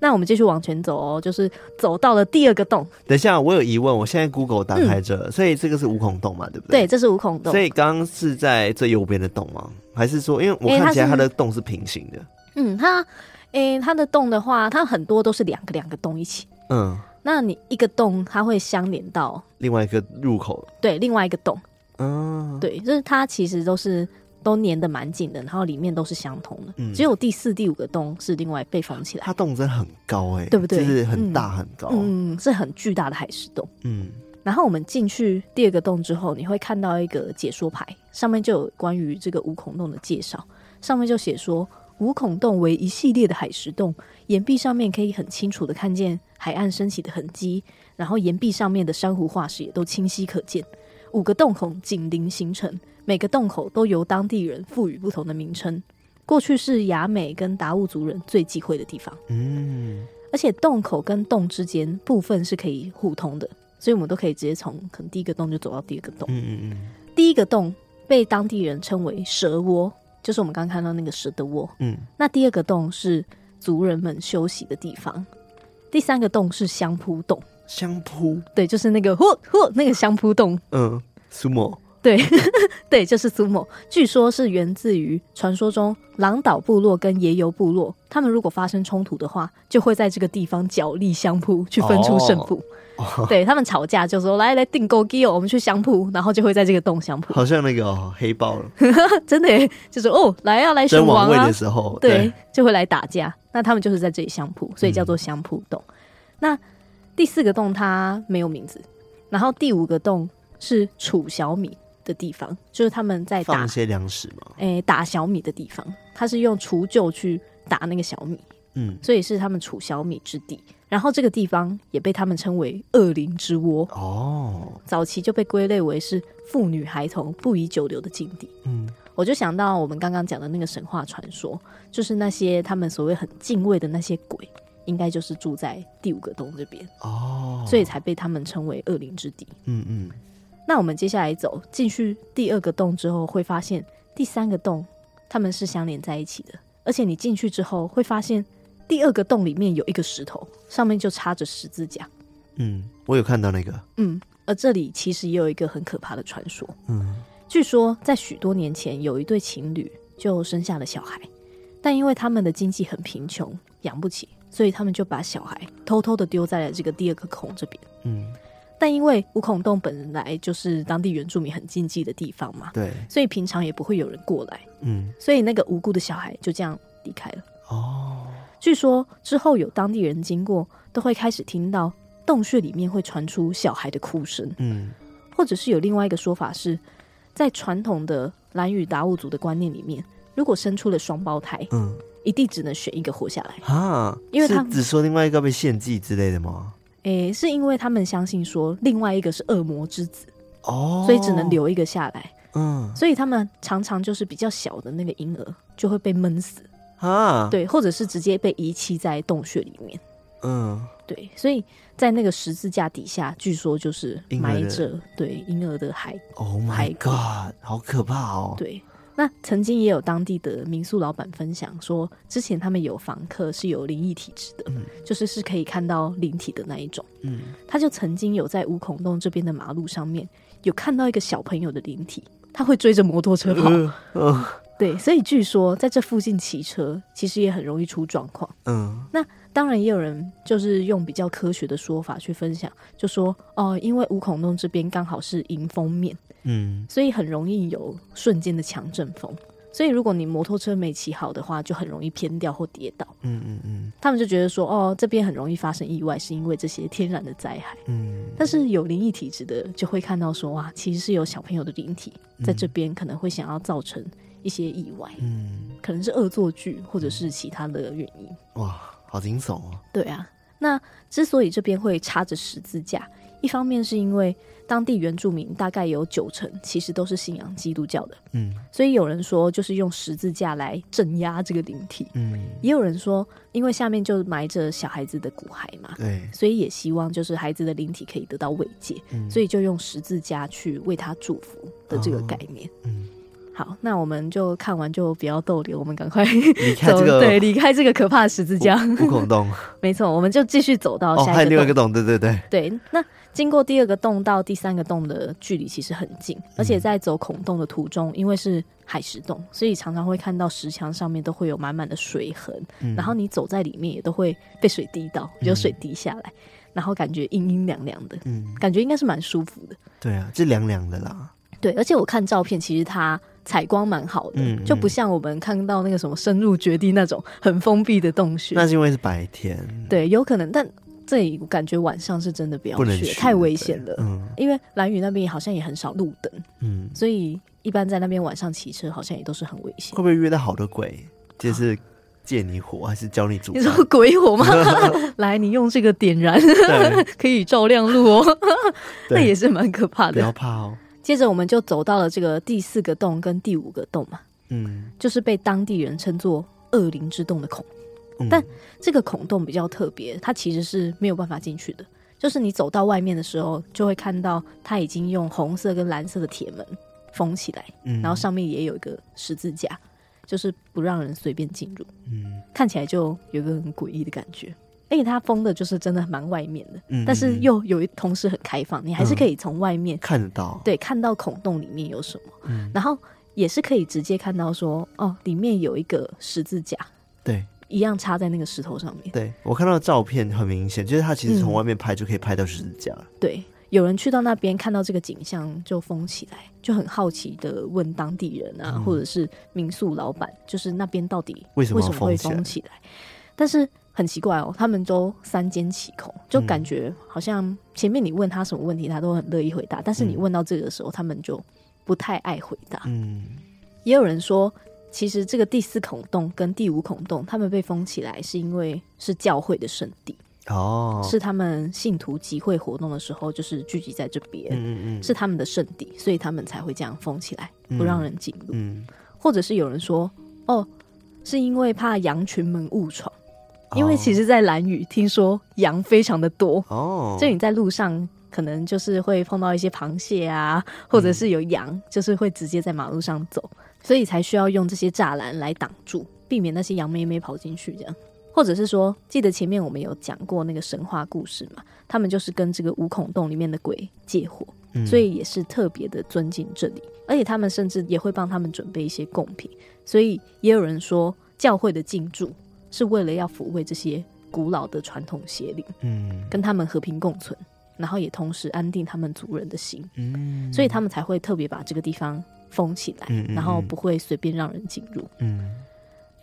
那我们继续往前走哦，就是走到了第二个洞，等一下，我有疑问，我现在 Google 打开这，所以这个是五孔洞嘛，对不嗯对，对？这是五孔洞所。以刚刚是在最右边的洞吗？还是说，因为我因为它看起来是它的洞是平行的？嗯，它，诶、它的洞的话，它很多都是两个两个洞一起。嗯，那你一个洞，它会相连到另外一个入口，对另外一个洞，嗯，对，就是它其实都是都粘的蛮紧的，然后里面都是相通的。嗯只有第四、第五个洞是另外被封起来。它洞真的很高哎、欸，对不对就是很大很高，嗯嗯，是很巨大的海石洞。嗯然后我们进去第二个洞之后，你会看到一个解说牌，上面就有关于这个五孔洞的介绍，上面就写说。五孔洞为一系列的海石洞，岩壁上面可以很清楚的看见海岸升起的痕迹，然后岩壁上面的珊瑚化石也都清晰可见。五个洞口紧邻形成，每个洞口都由当地人赋予不同的名称。过去是雅美跟达悟族人最忌讳的地方。嗯而且洞口跟洞之间部分是可以互通的，所以我们都可以直接从可能第一个洞就走到第二个洞。嗯嗯第一个洞被当地人称为蛇窝，就是我们刚刚看到那个蛇的窝。嗯那第二个洞是族人们休息的地方，第三个洞是香扑洞，嗯，相扑，对，就是那个嚯嚯那个香扑洞，嗯，sumo，对，对，就是苏某。据说是源自于传说中狼岛部落跟野游部落，他们如果发生冲突的话，就会在这个地方角力相扑，去分出胜负。哦，对他们吵架就说来来订购 g i 哦我们去相扑，然后就会在这个洞相扑。好像那个、哦、黑豹了， 真的耶，就是哦，来啊，来选争王位啊的，时候，对，就会来打架。那他们就是在这里相扑，所嗯以叫做相扑洞。那第四个洞它没有名字，然后第五个洞是储小米的地方，就是他们在对打放一些粮食嘛，诶、打小米的地方，它是用除臼去打那个小米，嗯，所以是他们储小米之地。然后这个地方也被他们称为恶灵之窝，哦，早期就被归类为是妇女孩童不宜久留的禁地。嗯，我就想到我们刚刚讲的那个神话传说，就是那些他们所谓很敬畏的那些鬼，应该就是住在第五个洞这边，哦，所以才被他们称为恶灵之地。嗯嗯，那我们接下来走进去第二个洞之后，会发现第三个洞它们是相连在一起的，而且你进去之后会发现第二个洞里面有一个石头，上面就插着十字架。嗯，我有看到那个，嗯，而这里其实也有一个很可怕的传说，嗯，据说在许多年前有一对情侣就生下了小孩，但因为他们的经济很贫穷，养不起，所以他们就把小孩偷偷的丢在了这个第二个孔这边。嗯，但因为五孔洞本来就是当地原住民很禁忌的地方嘛，对，所以平常也不会有人过来，嗯，所以那个无辜的小孩就这样离开了。哦，据说之后有当地人经过，都会开始听到洞穴里面会传出小孩的哭声，嗯，或者是有另外一个说法是，在传统的兰语达悟族的观念里面，如果生出了双胞胎，嗯，一定只能选一个活下来。啊，因为是他只说另外一个被献祭之类的吗？诶，是因为他们相信说另外一个是恶魔之子，哦，所以只能，留一个下来，嗯，所以他们常常就是比较小的那个婴儿就会被闷死。啊，，对，或者是直接被遗弃在洞穴里面。嗯，对，所以在那个十字架底下，据说就是婴儿埋的着对婴儿的骸。 Oh 海 my 龟 god，好可怕哦！对，那曾经也有当地的民宿老板分享说，之前他们有房客是有灵异体质的，就是是可以看到灵体的那一种。嗯，他就曾经有在五孔洞这边的马路上面有看到一个小朋友的灵体，他会追着摩托车跑。嗯对，所以据说在这附近骑车其实也很容易出状况。嗯当然，也有人就是用比较科学的说法去分享，就说哦、因为五孔洞这边刚好是迎风面，嗯，所以很容易有瞬间的强阵风。所以如果你摩托车没骑好的话，就很容易偏掉或跌倒。嗯嗯嗯他们就觉得说，哦，这边很容易发生意外，是因为这些天然的灾害。嗯但是有灵异体质的就会看到说，哇，其实是有小朋友的灵体在这边，可能会想要造成一些意外，嗯，可能是恶作剧或者是其他的原因。哇，好惊悚哦！对啊，那之所以这边会插着十字架，一方面是因为当地原住民大概有九成其实都是信仰基督教的，嗯所以有人说就是用十字架来镇压这个灵体，嗯，也有人说因为下面就埋着小孩子的骨骸嘛，对，所以也希望就是孩子的灵体可以得到慰藉，嗯所以就用十字架去为他祝福的这个概念。嗯，好，那我们就看完就不要逗留，我们赶快离开走，这个对，离开这个可怕的十字架。不孔 洞没错，我们就继续走到哦，还下有一另个外洞。一个洞，对对对，对，那经过第二个洞到第三个洞的距离其实很近，而且在走孔洞的途中，因为是海石洞，所以常常会看到石墙上面都会有满满的水痕，嗯然后你走在里面也都会被水滴到，有水滴下来，然后感觉阴阴凉凉的，嗯，感觉应该是蛮舒服的。对啊，这凉凉的啦，对，而且我看照片，其实它。采光蛮好的，嗯嗯就不像我们看到那个什么深入绝地那种很封闭的洞穴。那是因为是白天，对，有可能，但这里我感觉晚上是真的不要不能去，去太危对险了。嗯因为蓝屿那边好像也很少路灯，嗯，所以一般在那边晚上骑车好像也都是很危险会。不会遇到好的鬼，就是借你火还是教你煮啊你饭？说鬼火 吗？来，你用这个点燃，对，可以照亮路哦。对那也是蛮可怕不要的。怕哦，接着我们就走到了这个第四个洞跟第五个洞嘛，嗯，就是被当地人称作恶灵之洞的孔。嗯但这个孔洞比较特别，它其实是没有办法进去的。就是你走到外面的时候，就会看到它已经用红色跟蓝色的铁门封起来，嗯然后上面也有一个十字架，就是不让人随便进入，嗯看起来就有一个很诡异的感觉。哎、而且他封的就是真的蛮外面的，嗯但是嗯嗯又有一同时很开放，你还是可以从外面、看得到，对看到孔洞里面有什么，嗯然后也是可以直接看到说哦，里面有一个十字架，对一样插在那个石头上面。对，我看到照片很明显，就是他其实从嗯外面拍就可以拍到十字架了。对，有人去到那边看到这个景象就封起来，就很好奇的问当地人啊，嗯或者是民宿老板，就是那边到底为什么为要什么封会起来封起来？但是很奇怪哦，他们都三缄其口，就嗯感觉好像前面你问他什么问题，他都很乐意回答，但是你嗯问到这个的时候，他们就不太爱回答。嗯也有人说，其实这个第四孔洞跟第五孔洞，他们被封起来是因为是教会的圣地。哦，是他们信徒集会活动的时候，就是聚集在这边，嗯嗯嗯是他们的圣地，所以他们才会这样封起来，不让人进入。嗯，或者是有人说，哦，是因为怕羊群们误闯，因为其实实，在蓝屿听说羊非常的多，哦，所以你在路上。可能就是会碰到一些螃蟹啊，或者是有羊，嗯就是会直接在马路上走，所以才需要用这些栅栏来挡住，避免那些羊妹妹跑进去这样。或者是说，记得前面我们有讲过那个神话故事嘛，他们就是跟这个五孔洞里面的鬼借火，嗯所以也是特别的尊敬这里，而且他们甚至也会帮他们准备一些贡品，所以也有人说教会的进驻是为了要抚慰这些古老的传统邪灵，嗯跟他们和平共存，然后也同时安定他们族人的心，嗯，所以他们才会特别把这个地方封起来，嗯嗯然后嗯不会随便让人进入。嗯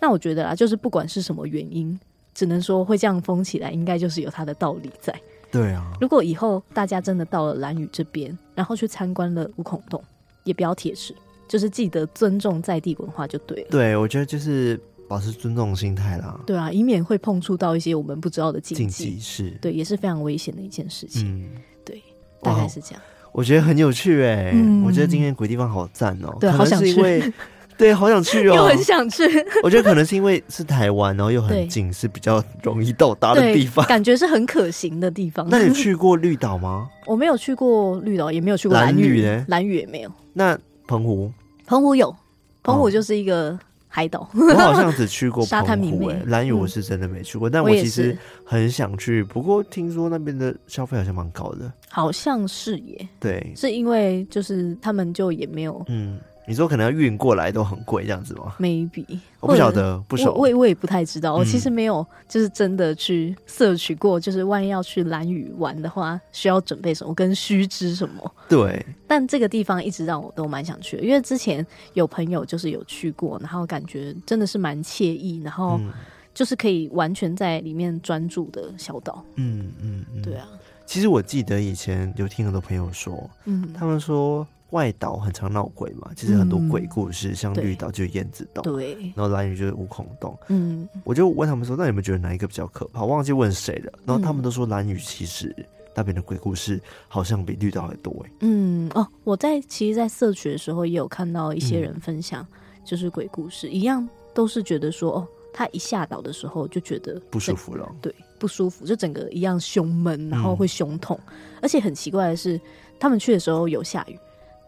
那我觉得啊，就是不管是什么原因，只能说会这样封起来，应该就是有它的道理在。对啊，如果以后大家真的到了兰屿这边，然后去参观了五孔洞，也不要铁齿，就是记得尊重在地文化就对了。对我觉得就是保持尊重的心态啦，对啊，以免会碰触到一些我们不知道的禁忌，禁忌是，对，也是非常危险的一件事情。嗯。对，哇大概是这样。我觉得很有趣哎、嗯我觉得今天的鬼地方好赞哦、对可好能想是去因 为对，好想去哦、又很想去，我觉得可能是因为是台湾，然后又对很近，是比较容易到达的对地 方，。感觉是很可行的地方。那你去过绿岛吗？我没有去过绿岛，也没有去过兰兰屿屿呢，兰屿也没有，那澎 湖，澎湖有，澎湖哦就是一个海岛。我好像只去过沙澎滩湖、明哎媚，兰屿我嗯是真的没去过，但我我也其实是很想去。不过听说那边的消费好像蛮高的，好像是耶，对，是因为就是他们就也没有嗯，你说可能要运过来都很贵这样子吗？ maybe，我不晓或者得，不我我熟。也我也不太知道，我嗯其实没有就是真的去摄取过，就是万一要去蓝屿玩的话，需要准备什么跟须知什么。对，但这个地方一直让我都蛮想去的，因为之前有朋友就是有去过，然后感觉真的是蛮惬意，然后嗯就是可以完全在里面专注的小岛。嗯嗯嗯，对。啊，其实我记得以前有听很多朋友说，嗯，他们说外岛很常闹鬼嘛，其实很多鬼故事，像对绿岛就有燕子洞，对，然后蓝屿就是五孔洞。嗯，我就问他们说，那你们觉得哪一个比较可怕？我忘记问谁了，然后他们都说蓝屿其实那边的鬼故事好像比绿岛还多哎。嗯，哦，我在其实，在社群的时候也有看到一些嗯人分享，就是鬼故事，一样都是觉得说，哦，他一下岛的时候就觉得不舒整，服了，对，不舒服，就整个一样胸嗯闷，然后会胸痛，而且很奇怪的是，他们去的时候有下雨，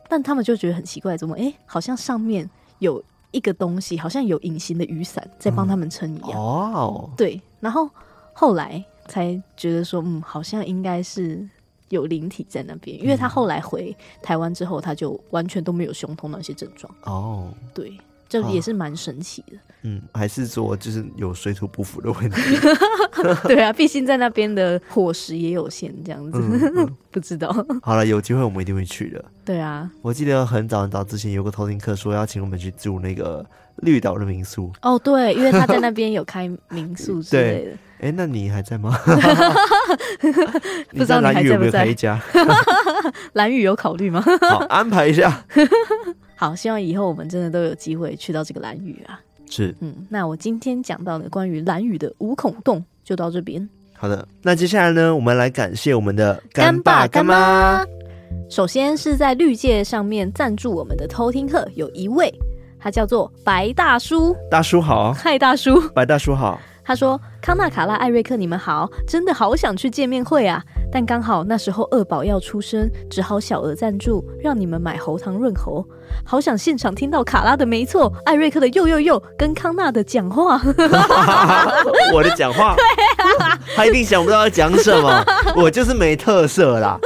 但他们就觉得很奇怪，怎么诶，好像上面有一个东西，好像有隐形的雨伞在帮他们撑一样，嗯哦，对，然后后来才觉得说，嗯，好像应该是有灵体在那边，嗯因为他后来回台湾之后，他就完全都没有胸痛那些症状，哦，对，这啊也是蛮神奇的。 嗯，还是说就是有水土不服的问题， 对啊，毕竟在那边的伙食也有限，这样子、嗯 不知道。好了，有机会我们一定会去的。对啊，我记得很早很早之前有个偷听客说要请我们去住那个绿岛的民宿，哦对，因为他在那边有开民宿 之类的，哎、那你还在 吗？不知道你在还兰屿有在没不有在开一家？蓝屿有考虑吗？ 好，安排一下。好，希望以后我们真的都有机会去到这个蓝屿啊。是，嗯，那我今天讲到的关于蓝屿的五孔洞就到这边。好的。那接下来呢，我们来感谢我们的干爸干妈。首先是在绿界上面赞助我们的偷听客有一位，他叫做白大叔，大叔好，嗨大叔。 白大叔好。他说：“康纳、卡拉、艾瑞克，你们好，真的好想去见面会啊！但刚好那时候二宝要出生，只好小额赞助，让你们买喉糖润喉。好想现场听到卡拉的没错，艾瑞克的又又又跟康纳的讲话。 我的讲话，啊他一定想不到要讲什么，我就是没特色啦。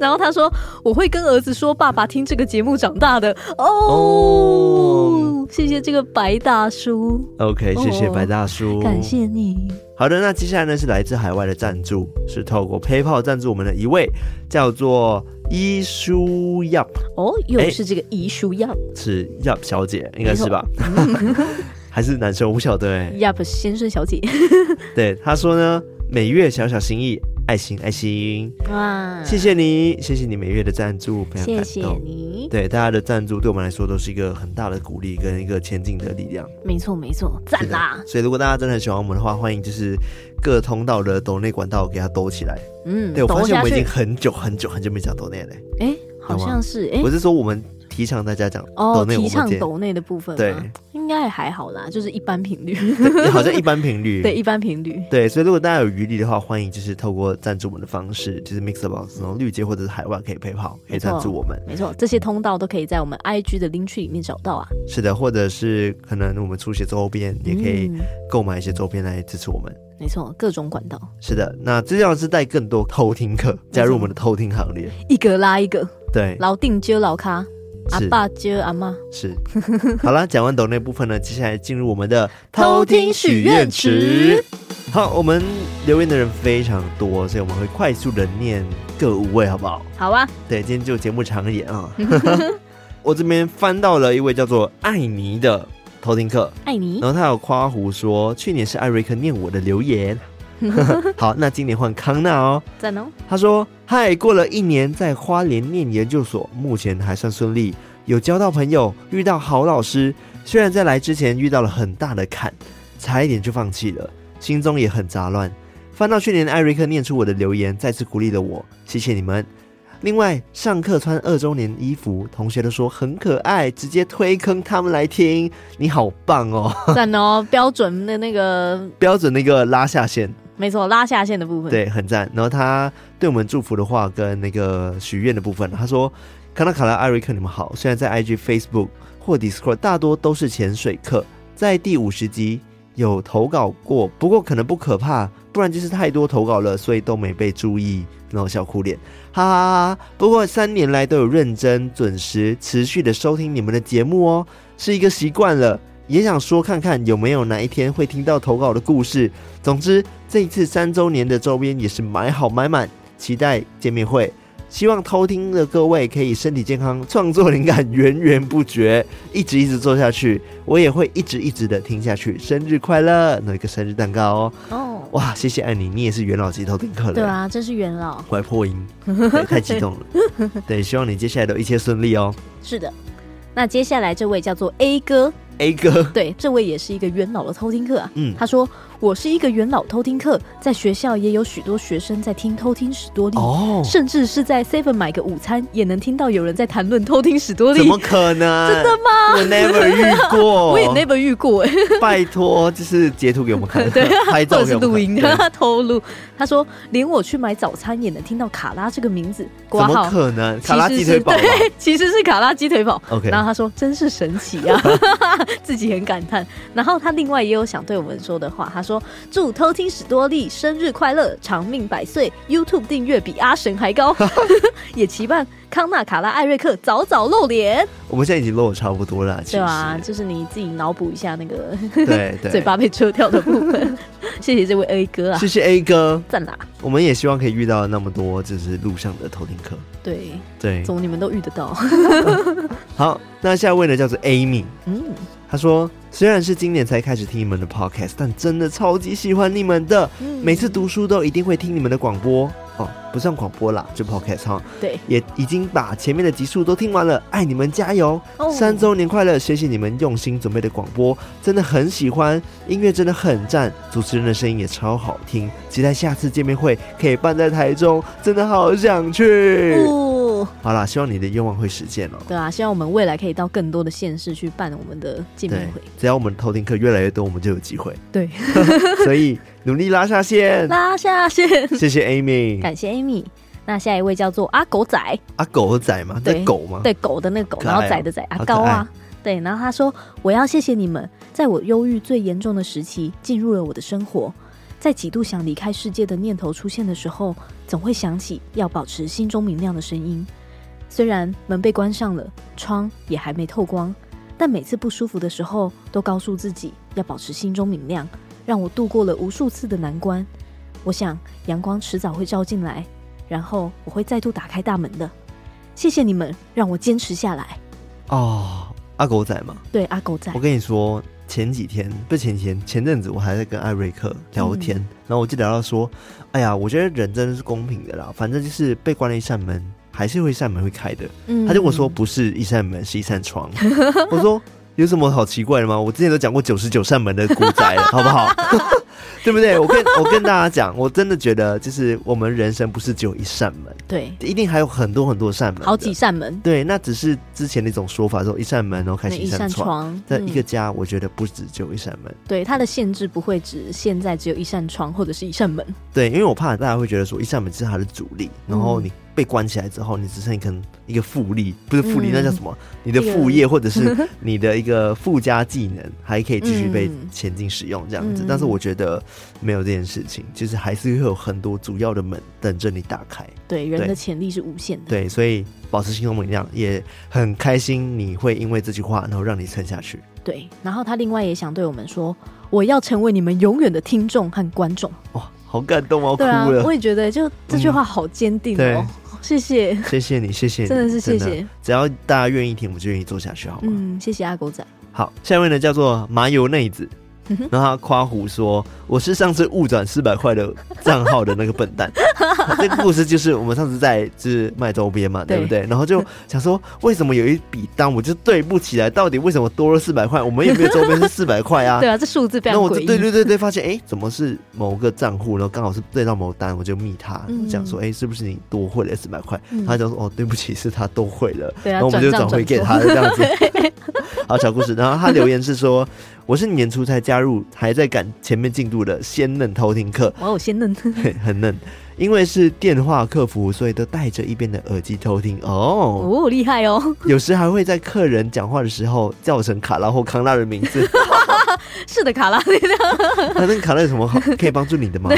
然后他说：我会跟儿子说，爸爸听这个节目长大的哦。哦谢谢这个白大叔， OK，谢谢哦白大叔，感谢你。好的，那接下来呢是来自海外的赞助，是透过 PayPal 赞助我们的一位叫做伊舒 Yup，哦，又哎是这个遗书样是 Yup 小姐，应该是吧？ 还是男生？我不晓得哎、 y u p 先生小姐对，他说呢，每月小小心意，爱心爱心，哇，谢谢你，谢谢你每月的赞助，非常嗯谢感谢动。你。对大家的赞助，对我们来说都是一个很大的鼓励跟一个前进的力量。没错没错，赞是的啦！所以如果大家真的很喜欢我们的话，欢迎就是各通道的抖内管道给它抖起来。嗯，对我发抖现我下们已去经，很久很久很久没讲抖内了欸。哎，好懂吗像是哎我，是说我们提倡大家讲哦，抖内我提们倡见抖内的部分，啊对，，应该还好啦，就是一般频率，好像一般频率。对，一般频率，对所以如果大家有余力的话，欢迎就是透过赞助我们的方式，就是 Mixbox 然后绿界或者是海外可以配跑，可以赞助我们。没错，这些通道都可以在我们 IG 的 link 区里面找到啊，是的，或者是可能我们出一些周边，也可以嗯购买一些周边来支持我们。没错，各种管道，是的，那最重要的是带更多偷听客加入我们的偷听行列。一个拉一个，对，老定揪老咖，阿是爸揪阿妈，是。 好啦，讲完抖内部分呢，接下来进入我们的偷听许愿 池。好，我们留言的人非常多，所以我们会快速的念各五位，好不好？好啊，对，今天就节目长一点 啊。我这边翻到了一位叫做艾尼的偷听客，爱你然，后他有夸胡说，去年是艾瑞克念我的留 言。好，那今年换康纳哦。赞哦，他说：“嗨，过了一年在花莲念研究所，目前还算顺利，有交到朋友，遇到好老师。虽然在来之前遇到了很大的坎，差一点就放弃了，心中也很杂乱。翻到去年艾瑞克念出我的留言，再次鼓励了我，谢谢你们。另外，上课穿二周年衣服，同学都说很可爱，直接推坑他们来听。你好棒哦，赞哦，标准的那个，标准的一个拉下线。”没错，拉下线的部分，，对，很赞。然后他对我们祝福的话跟那个许愿的部分，他说：“卡纳卡拉、艾瑞克，你们好。虽然在 IG、Facebook 或 Discord 大多都是潜水课，在第五十集有投稿过，不过可能不可怕，不然就是太多投稿了，所以都没被注意。”然后小哭脸，哈哈哈哈！不过三年来都有认真、准时、持续的收听你们的节目哦，是一个习惯了。也想说看看有没有哪一天会听到投稿的故事，总之，这一次三周年的周边也是买好买满，期待见面会。希望偷听的各位可以身体健康，创作灵感源源不绝，一直一直做下去。我也会一直一直的听下去。生日快乐！那一个生日蛋糕哦，哦，哇，谢谢艾妮，你也是元老级偷听客了。对 啊，真是元老，我还破 音， 对太激动了。对，希望你接下来都一切顺利 哦。是的。那接下来这位叫做 A 哥， A 哎哥，对，这位也是一个元老的偷听课啊。嗯，他说：“我是一个元老偷听课，在学校也有许多学生在听偷听史多利，哦，甚至是在 Seven 买个午餐也能听到有人在谈论偷听史多利怎。么可 能？真的吗？ 我 never 遇过，我也 never 遇 过哎、拜托，就是截图给我们看，对，啊拍或照者给是我们看录音对 的偷录。他说，连我去买早餐也能听到卡拉这个名字，挂怎么号可能？其卡拉实鸡是 腿堡吧对，其实是卡拉鸡腿堡。 OK 然后他说真是神奇啊， 自己很感叹。然后他另外也有想对我们说的话，他说祝偷听史多利生日快乐，长命百岁，YouTube 订阅比阿神还高， 也期盼康纳、卡拉、艾瑞克早早露脸，我们现在已经露的差不 多了，其对实吧？就是你自己脑补一下那个 对对，嘴巴被遮掉的部 分。谢谢这位 A 哥啊谢，谢 A 哥，赞啦！我们也希望可以遇到那么多就是路上的偷听客。对，对，总你们都遇得到，好，那下一位呢叫做 Amy，嗯，她说虽然是今年才开始听你们的 podcast，但真的超级喜欢你们的，嗯每次读书都一定会听你们的广播哦，不算广播啦，就 podcast 哈，对，也已经把前面的集数都听完了，爱你们加油！哦三周年快乐！谢谢你们用心准备的广播，真的很喜欢，音乐真的很赞，主持人的声音也超好听，期待下次见面会可以办在台中，真的好想去。哦，错。好啦，希望你的愿望会实现哦。对啊，希望我们未来可以到更多的县市去办我们的见对面会。，只要我们偷听课越来越多，我们就有机会。 对，所以努力拉下 线。拉下线，谢谢 Amy。感谢 Amy。那下一位叫做阿狗仔，啊，狗仔吗？那对狗吗？对狗的那个狗，可爱哦然后仔的仔，阿好可高啊，对，然后他说我要谢谢你们，在我忧郁最严重的时期进入了我的生活，在几度想离开世界的念头出现的时候，总会想起要保持心中明亮的声音。虽然门被关上了，窗也还没透光，但每次不舒服的时候，都告诉自己要保持心中明亮，让我度过了无数次的难关。我想阳光迟早会照进来，然后我会再度打开大门的。谢谢你们让我坚持下来。哦，阿狗仔嘛。对，阿狗仔我，跟你说，前几天不是前几天，前阵子我还在跟艾瑞克聊天，嗯然后我就聊到说，哎呀，我觉得人真的是公平的啦，反正就是被关了一扇门，还是会一扇门会开的。嗯他就跟我说，不是一扇门，是一扇窗。我说有什么好奇怪的吗？我之前都讲过九十九扇门的古仔了，好不 好？对不对？我跟我跟大家讲，我真的觉得就是我们人生不是只有一扇门，对，一定还有很多很多扇门的。好几扇门，对，那只是之前那种说法说一扇门，然后开那始一扇扇窗。窗，在一个嗯家，我觉得不止只有一扇门。对它的限制不会只现在只有一扇窗或者是一扇门，对，因为我怕大家会觉得说一扇门是它的主力，然后你被关起来之后，你只剩可能一个副力，不是副力，嗯那叫什么？你的副业或者是你的一个附加技能，还可以继续被嗯前进使用这样子。嗯但是我觉得没有这件事情，就是还是会有很多主要的门等着你打开。对，人对的潜力是无限的。对，所以保持心中明亮，也很开心你会因为这句话，然后让你撑下去。对，然后他另外也想对我们说，我要成为你们永远的听众和观众。哇，好感动哦，哭对啊，了嗯我。也觉得就这句话好坚定哦对，谢谢，谢谢你，谢谢你，真的是谢谢，只要大家愿意听，我们就愿意做下去，好吗？嗯，谢谢阿狗仔，好，下一位呢叫做麻油内子，然后他夸胡说：“我是上次误转四百块的账号的那个笨蛋。”这个故事就是我们上次在就是卖周边嘛，对不对？然后就想说，为什么有一笔单我就对不起来？到底为什么多了四百块？我们也没有周边是四百块啊对。啊，这数字非那常我诡就对异，对对对，发现哎、诶怎么是某个账户，然后刚好是对到某单，我就密他嗯讲说，哎、是不是你多汇了四百块？嗯他就说，哦，对不起，是他多汇了，对然啊后我们就转转账回给转他错的这样子。 好，小故事。然后他留言是说， 我是年初才加入，还在赶前面进度的鲜嫩偷听 课，哇，我先嫩，嘿很嫩。因为是电话客服，所以都戴着一边的耳机偷听哦。 哦，厉害哦，有时还会在客人讲话的时候叫成卡拉或康纳的名 字。是的，卡拉， 那那个卡拉有什么好可以帮助你的吗？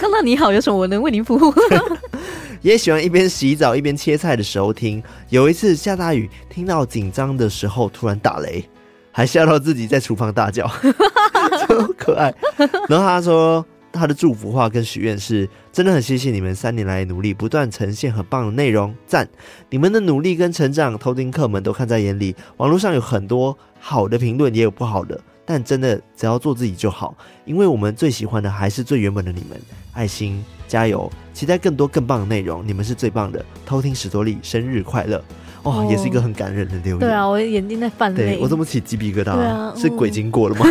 看到你好，有什么我能为您服务？ 也喜欢一边洗澡一边切菜的时候听。有一次下大雨，听到紧张的时候突然打雷，还吓到自己在厨房大叫， 超可爱。然后他说。他的祝福话跟许愿是：真的很谢谢你们三年来的努力，不断呈现很棒的内容，赞！你们的努力跟成长，偷听客们都看在眼里。网络上有很多好的评论，也有不好的，但真的只要做自己就好，因为我们最喜欢的还是最原本的你们。爱心，加油！期待更多更棒的内容，你们是最棒的。偷听史多利，生日快乐！哇、哦也是一个很感人的留言。对啊，我眼睛在泛对泪。我怎么起鸡皮疙瘩、对啊是鬼嗯经过了吗？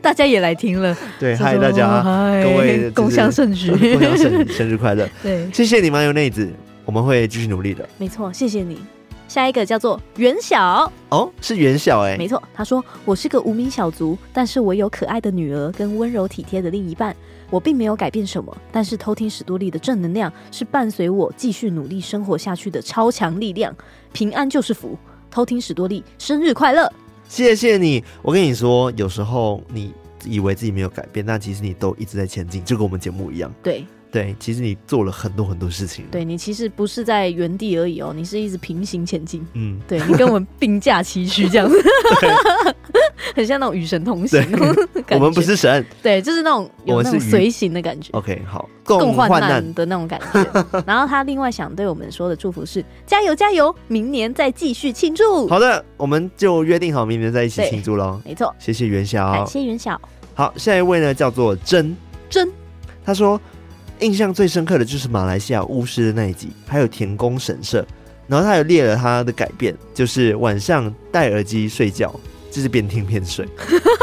大家也来听了， 对，就嗨说大家，嗨各位就是哎共享盛举 共享生生日快乐！ 对，谢谢你们，有内子，我们会继续努力的。没错，谢谢你。下一个叫做袁晓，哦，是袁晓哎、没错，他说我是个无名小卒，但是我有可爱的女儿跟温柔体贴的另一半，我并没有改变什么，但是偷听史多利的正能量是伴随我继续努力生活下去的超强力量，平安就是福。偷听史多利，生日快乐！谢谢你。我跟你说，有时候你以为自己没有改变，但其实你都一直在前进，就跟我们节目一样。对，对，其实你做了很多很多事情。，对你其实不是在原地而已哦，你是一直平行前进。嗯，对你跟我们并驾齐驱这样子， 很像那种与神同行对 我感觉。们不是神。对，就是那种有我那们种是与随行的感觉， OK，好，共患患难的那种感觉。 然后他另外想对我们说的祝福是：加油加油，明年再继续庆祝。好的，我们就约定好明年在一起对庆祝喽。没错，谢谢袁感晓。谢袁晓好，下一位呢叫做珍，真他说印象最深刻的就是马来西亚巫师的那一集，还有田宫神社。然后他有列了他的改变，就是晚上戴耳机睡觉，就是边听边睡。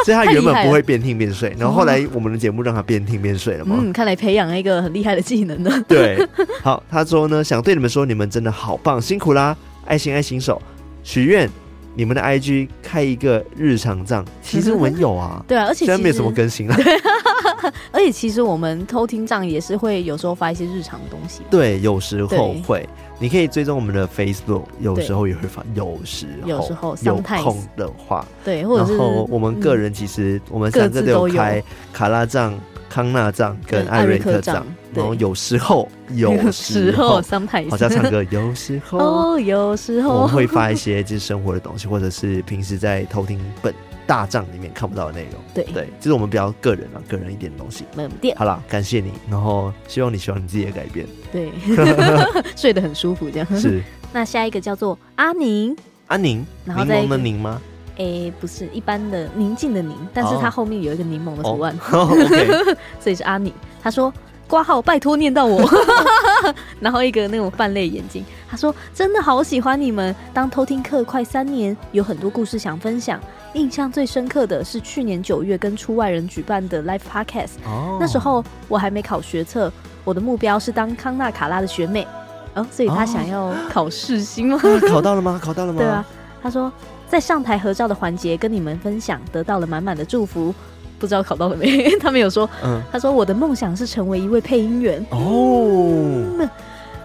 所以他原太厉害本了不会边听边嗯睡，然后后来我们的节目让他边听边睡了嘛。嗯，看来培养了一个很厉害的技能呢。，对，好，他说呢，想对你们说，你们真的好棒，辛苦啦，爱心爱心手，许愿，你们的 IG 开一个日常账，其实我们有啊 对啊，而且虽然其没有什么实更新啊啦，而且其实我们偷听账也是会有时候发一些日常的东西。对，有时候对会，你可以追踪我们的 Facebook，有对时候也会发，有时候有时候有 sometimes 空的话，对，或者然是后我们个嗯人其实、我们各三个自有都有开卡拉帐、康纳帐跟嗯艾瑞克帐，，帐然后对有时候有时候候， sometimes 好像唱歌，有时候 哦，有时我候们会发一些就是生活的东西，或者是平时在偷听本大帐里面看不到的内容。对对，就是我们比较个人啊，个人一点的东西。门店好啦，感谢你，然后希望你喜欢你自己的改 变。 对睡得很舒服这样。是那下一个叫做阿宁，安宁，柠然后再一檬的个柠吗？ 诶，不是一般的宁静的宁，但是哦它后面有一个柠檬的哦图案， ，OK，所以是阿宁。他说挂号，拜托念 到我，然后一个那种泛泪眼睛。他说真的好喜欢你们，当偷听课快三年，有很多故事想分享。印象最深刻的是去年九月跟出外人举办的 Live Podcast。哦那时候我还没考学测，我的目标是当康纳卡拉的学妹。哦，所以他哦想要 考试心吗？啊考到了吗？ 考到了吗？对啊，，他说在上台合照的环节跟你们分享，得到了满满的祝福。不知道考到了没？ 他没有说。嗯，他说我的梦想是成为一位配音员，嗯哦，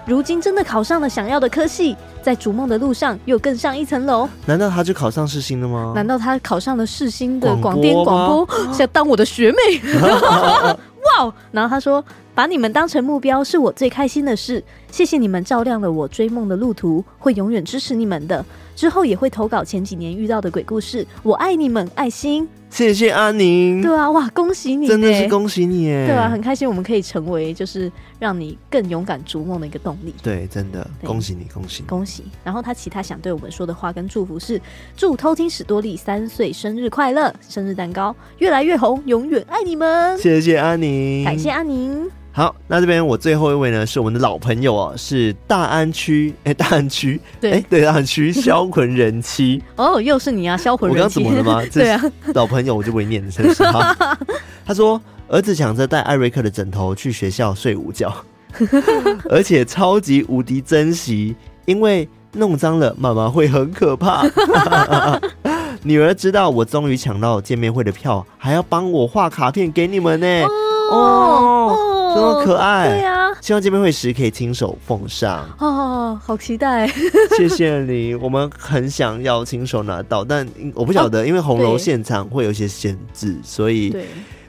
如今真的考上了想要的科系，在逐梦的路上又更上一层楼。难道他就考上世新了吗？难道他考上了世新的嗯广广播电吗 广播，想当我的 学妹？哇哦！然后他说：“把你们当成目标是我最开心的事，谢谢你们照亮了我追梦的路途，会永远支持你们的。之后也会投稿前几年遇到的鬼故事，我爱你们，爱心。谢谢安宁，对啊，哇，恭喜你，嗯真的是。恭喜你耶！对啊，很开心我们可以成为就是让你更勇敢逐梦的一个动力。对，真的对恭喜你，恭喜你！恭喜！然后他其他想对我们说的话跟祝福是：祝偷听史多利三岁生日快乐，生日蛋糕越来越红，永远爱你们。谢谢安宁，感谢。阿宁，好，那这边我最后一位呢是我们的老朋友哦，是大安区，哎、大安区，对哎对，大安区销魂人妻，哦，又是你啊，销魂我刚人刚怎妻么了 吗？这对啊，老朋友我就不会念了，真是。好 他说儿子抢着带艾瑞克的枕头去学校睡午 觉，而且超级无敌珍惜，因为弄脏了妈妈会很可怕。 女儿知道我终于抢到见面会的票，还要帮我画卡片给你们呢。哦，哦这么可对爱。啊，希望见面会时可以亲手奉上，哦，好期待，谢谢你。我们很想要亲手拿到，但我不晓得，因为红楼哦对现场会有一些限制，所以对，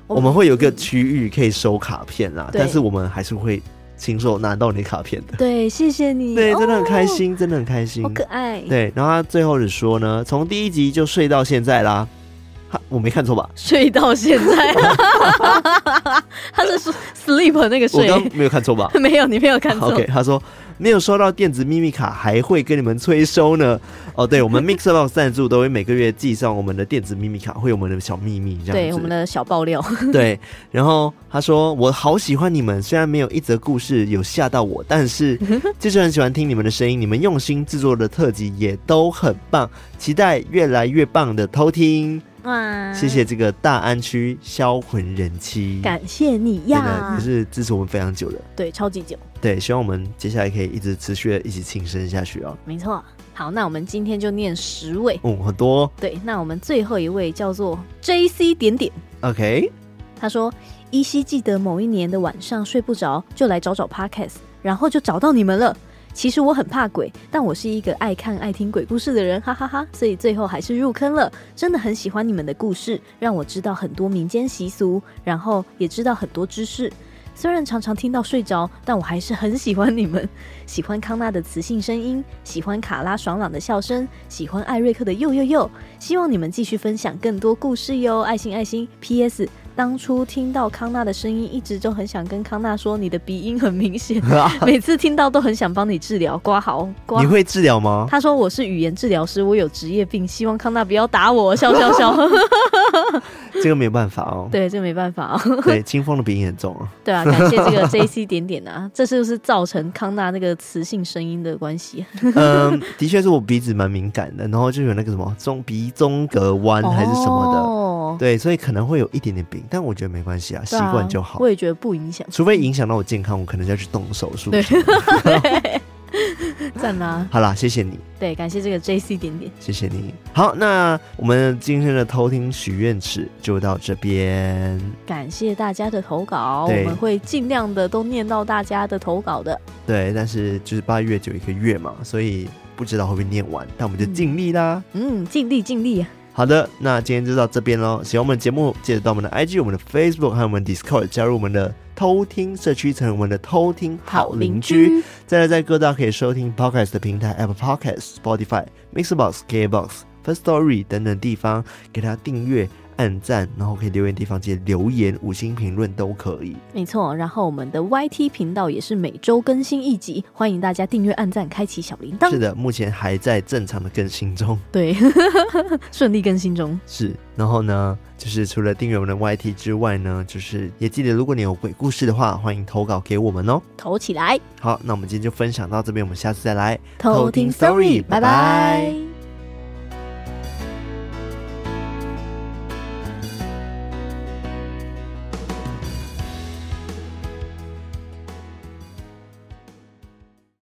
我们会有一个区域可以收卡片啦，对但是我们还是会亲手拿到你卡片的。对，谢谢你，对，哦真的很开，心，真的很开心好。可爱，对，然后他最后是说呢，从第一集就睡到现在啦。他我没看错吧？睡到现在，他是说 sleep 那个我睡，刚没有看错吧 没有，你没有看错？OK，他说没有收到电子秘密卡，还会跟你们催收呢。哦，对，我们 Mixbox 赞助都会每个月寄上我们的电子秘密卡，会有我们的小秘密这样子。对我们的小爆料， 对，然后他说：“我好喜欢你们，虽然没有一则故事有吓到我，但 是就是很喜欢听你们的声音。你们用心制作的特辑也都很棒，期待越来越棒的偷听。哇，谢谢这个大安区销魂人妻，感谢你真的呀也！是支持我们非常久的。对，超级久，对，希望我们接下来可以一直持续的一起庆生下去哦。没错。好，那我们今天就念十位。嗯，很多哦对，那我们最后一位叫做 J C 点点， OK，他说依稀记得某一年的晚上睡不着，就来找找 Podcast，然后就找到你们了。其实我很怕鬼，但我是一个爱看爱听鬼故事的人，哈哈哈所以最后还是入坑了。真的很喜欢你们的故事，让我知道很多民间习俗，然后也知道很多知识。虽然常常听到睡着，但我还是很喜欢你们。 喜欢康纳的磁性声音，喜欢卡拉爽朗的笑声，喜欢艾瑞克的呦呦呦。希望你们继续分享更多故事哟，爱心爱心。P.S. 当初听到康纳的声音，一直就很想跟康纳说，你的鼻音很明显， 每次听到都很想帮你治疗，刮好 刮你。会治疗吗？他说我是语言治疗师，我有职业病，希望康纳不要打我，笑 笑笑。这个没有办法哦。对，这没办法啊、 对，清风的鼻音很重啊。对啊，感谢 这个 J.C. 点点啊，这是不是造成康纳那个磁性声音的关系？嗯，的确是我鼻子蛮敏感的，然后就有那个什么中鼻中隔弯还是什么的，哦哦，对，所以可能会有一点点病，但我觉得没关系啊，习对啊惯就好。我也觉得不影响，除非影响到我健康，我可能要去动手术。对赞啦！好啦，谢谢你，对，感谢这个 J C 点点，谢谢你。好，那我们今天的偷听许愿池就到这边。感谢大家的投稿，我对们会尽量的都念到大家的投稿的。对，但是就是八月只有一个月嘛，所以不知道会不会念完，但我们就尽力啦。嗯，尽力尽力啊，好的，那今天就到这边喽。喜欢我们的节目，记得到我们的 IG、我们的 Facebook 和我们 Discord 加入我们的偷听社区，成为我们的偷听好邻居。，再来，在各大可以收听 Podcast 的平台 Apple Podcast、Spotify、Mixbox、KBox、First Story 等等地方，给它订阅、按赞，然后可以留言的地方记得留言、五星评论都可以。没错。然后我们的 YT 频道也是每周更新一集，欢迎大家订阅、按赞、开启小铃铛是。的，目前还在正常的更新中。对， 顺利更新中。是，然后呢，就是除了订阅我们的 YT 之外呢，就是也记得，如果你有鬼故事的话，欢迎投稿给我们哦。投起来，好，那我们今天就分享到这边，我们下次再来。偷偷听 story，听 Sorry，拜拜拜拜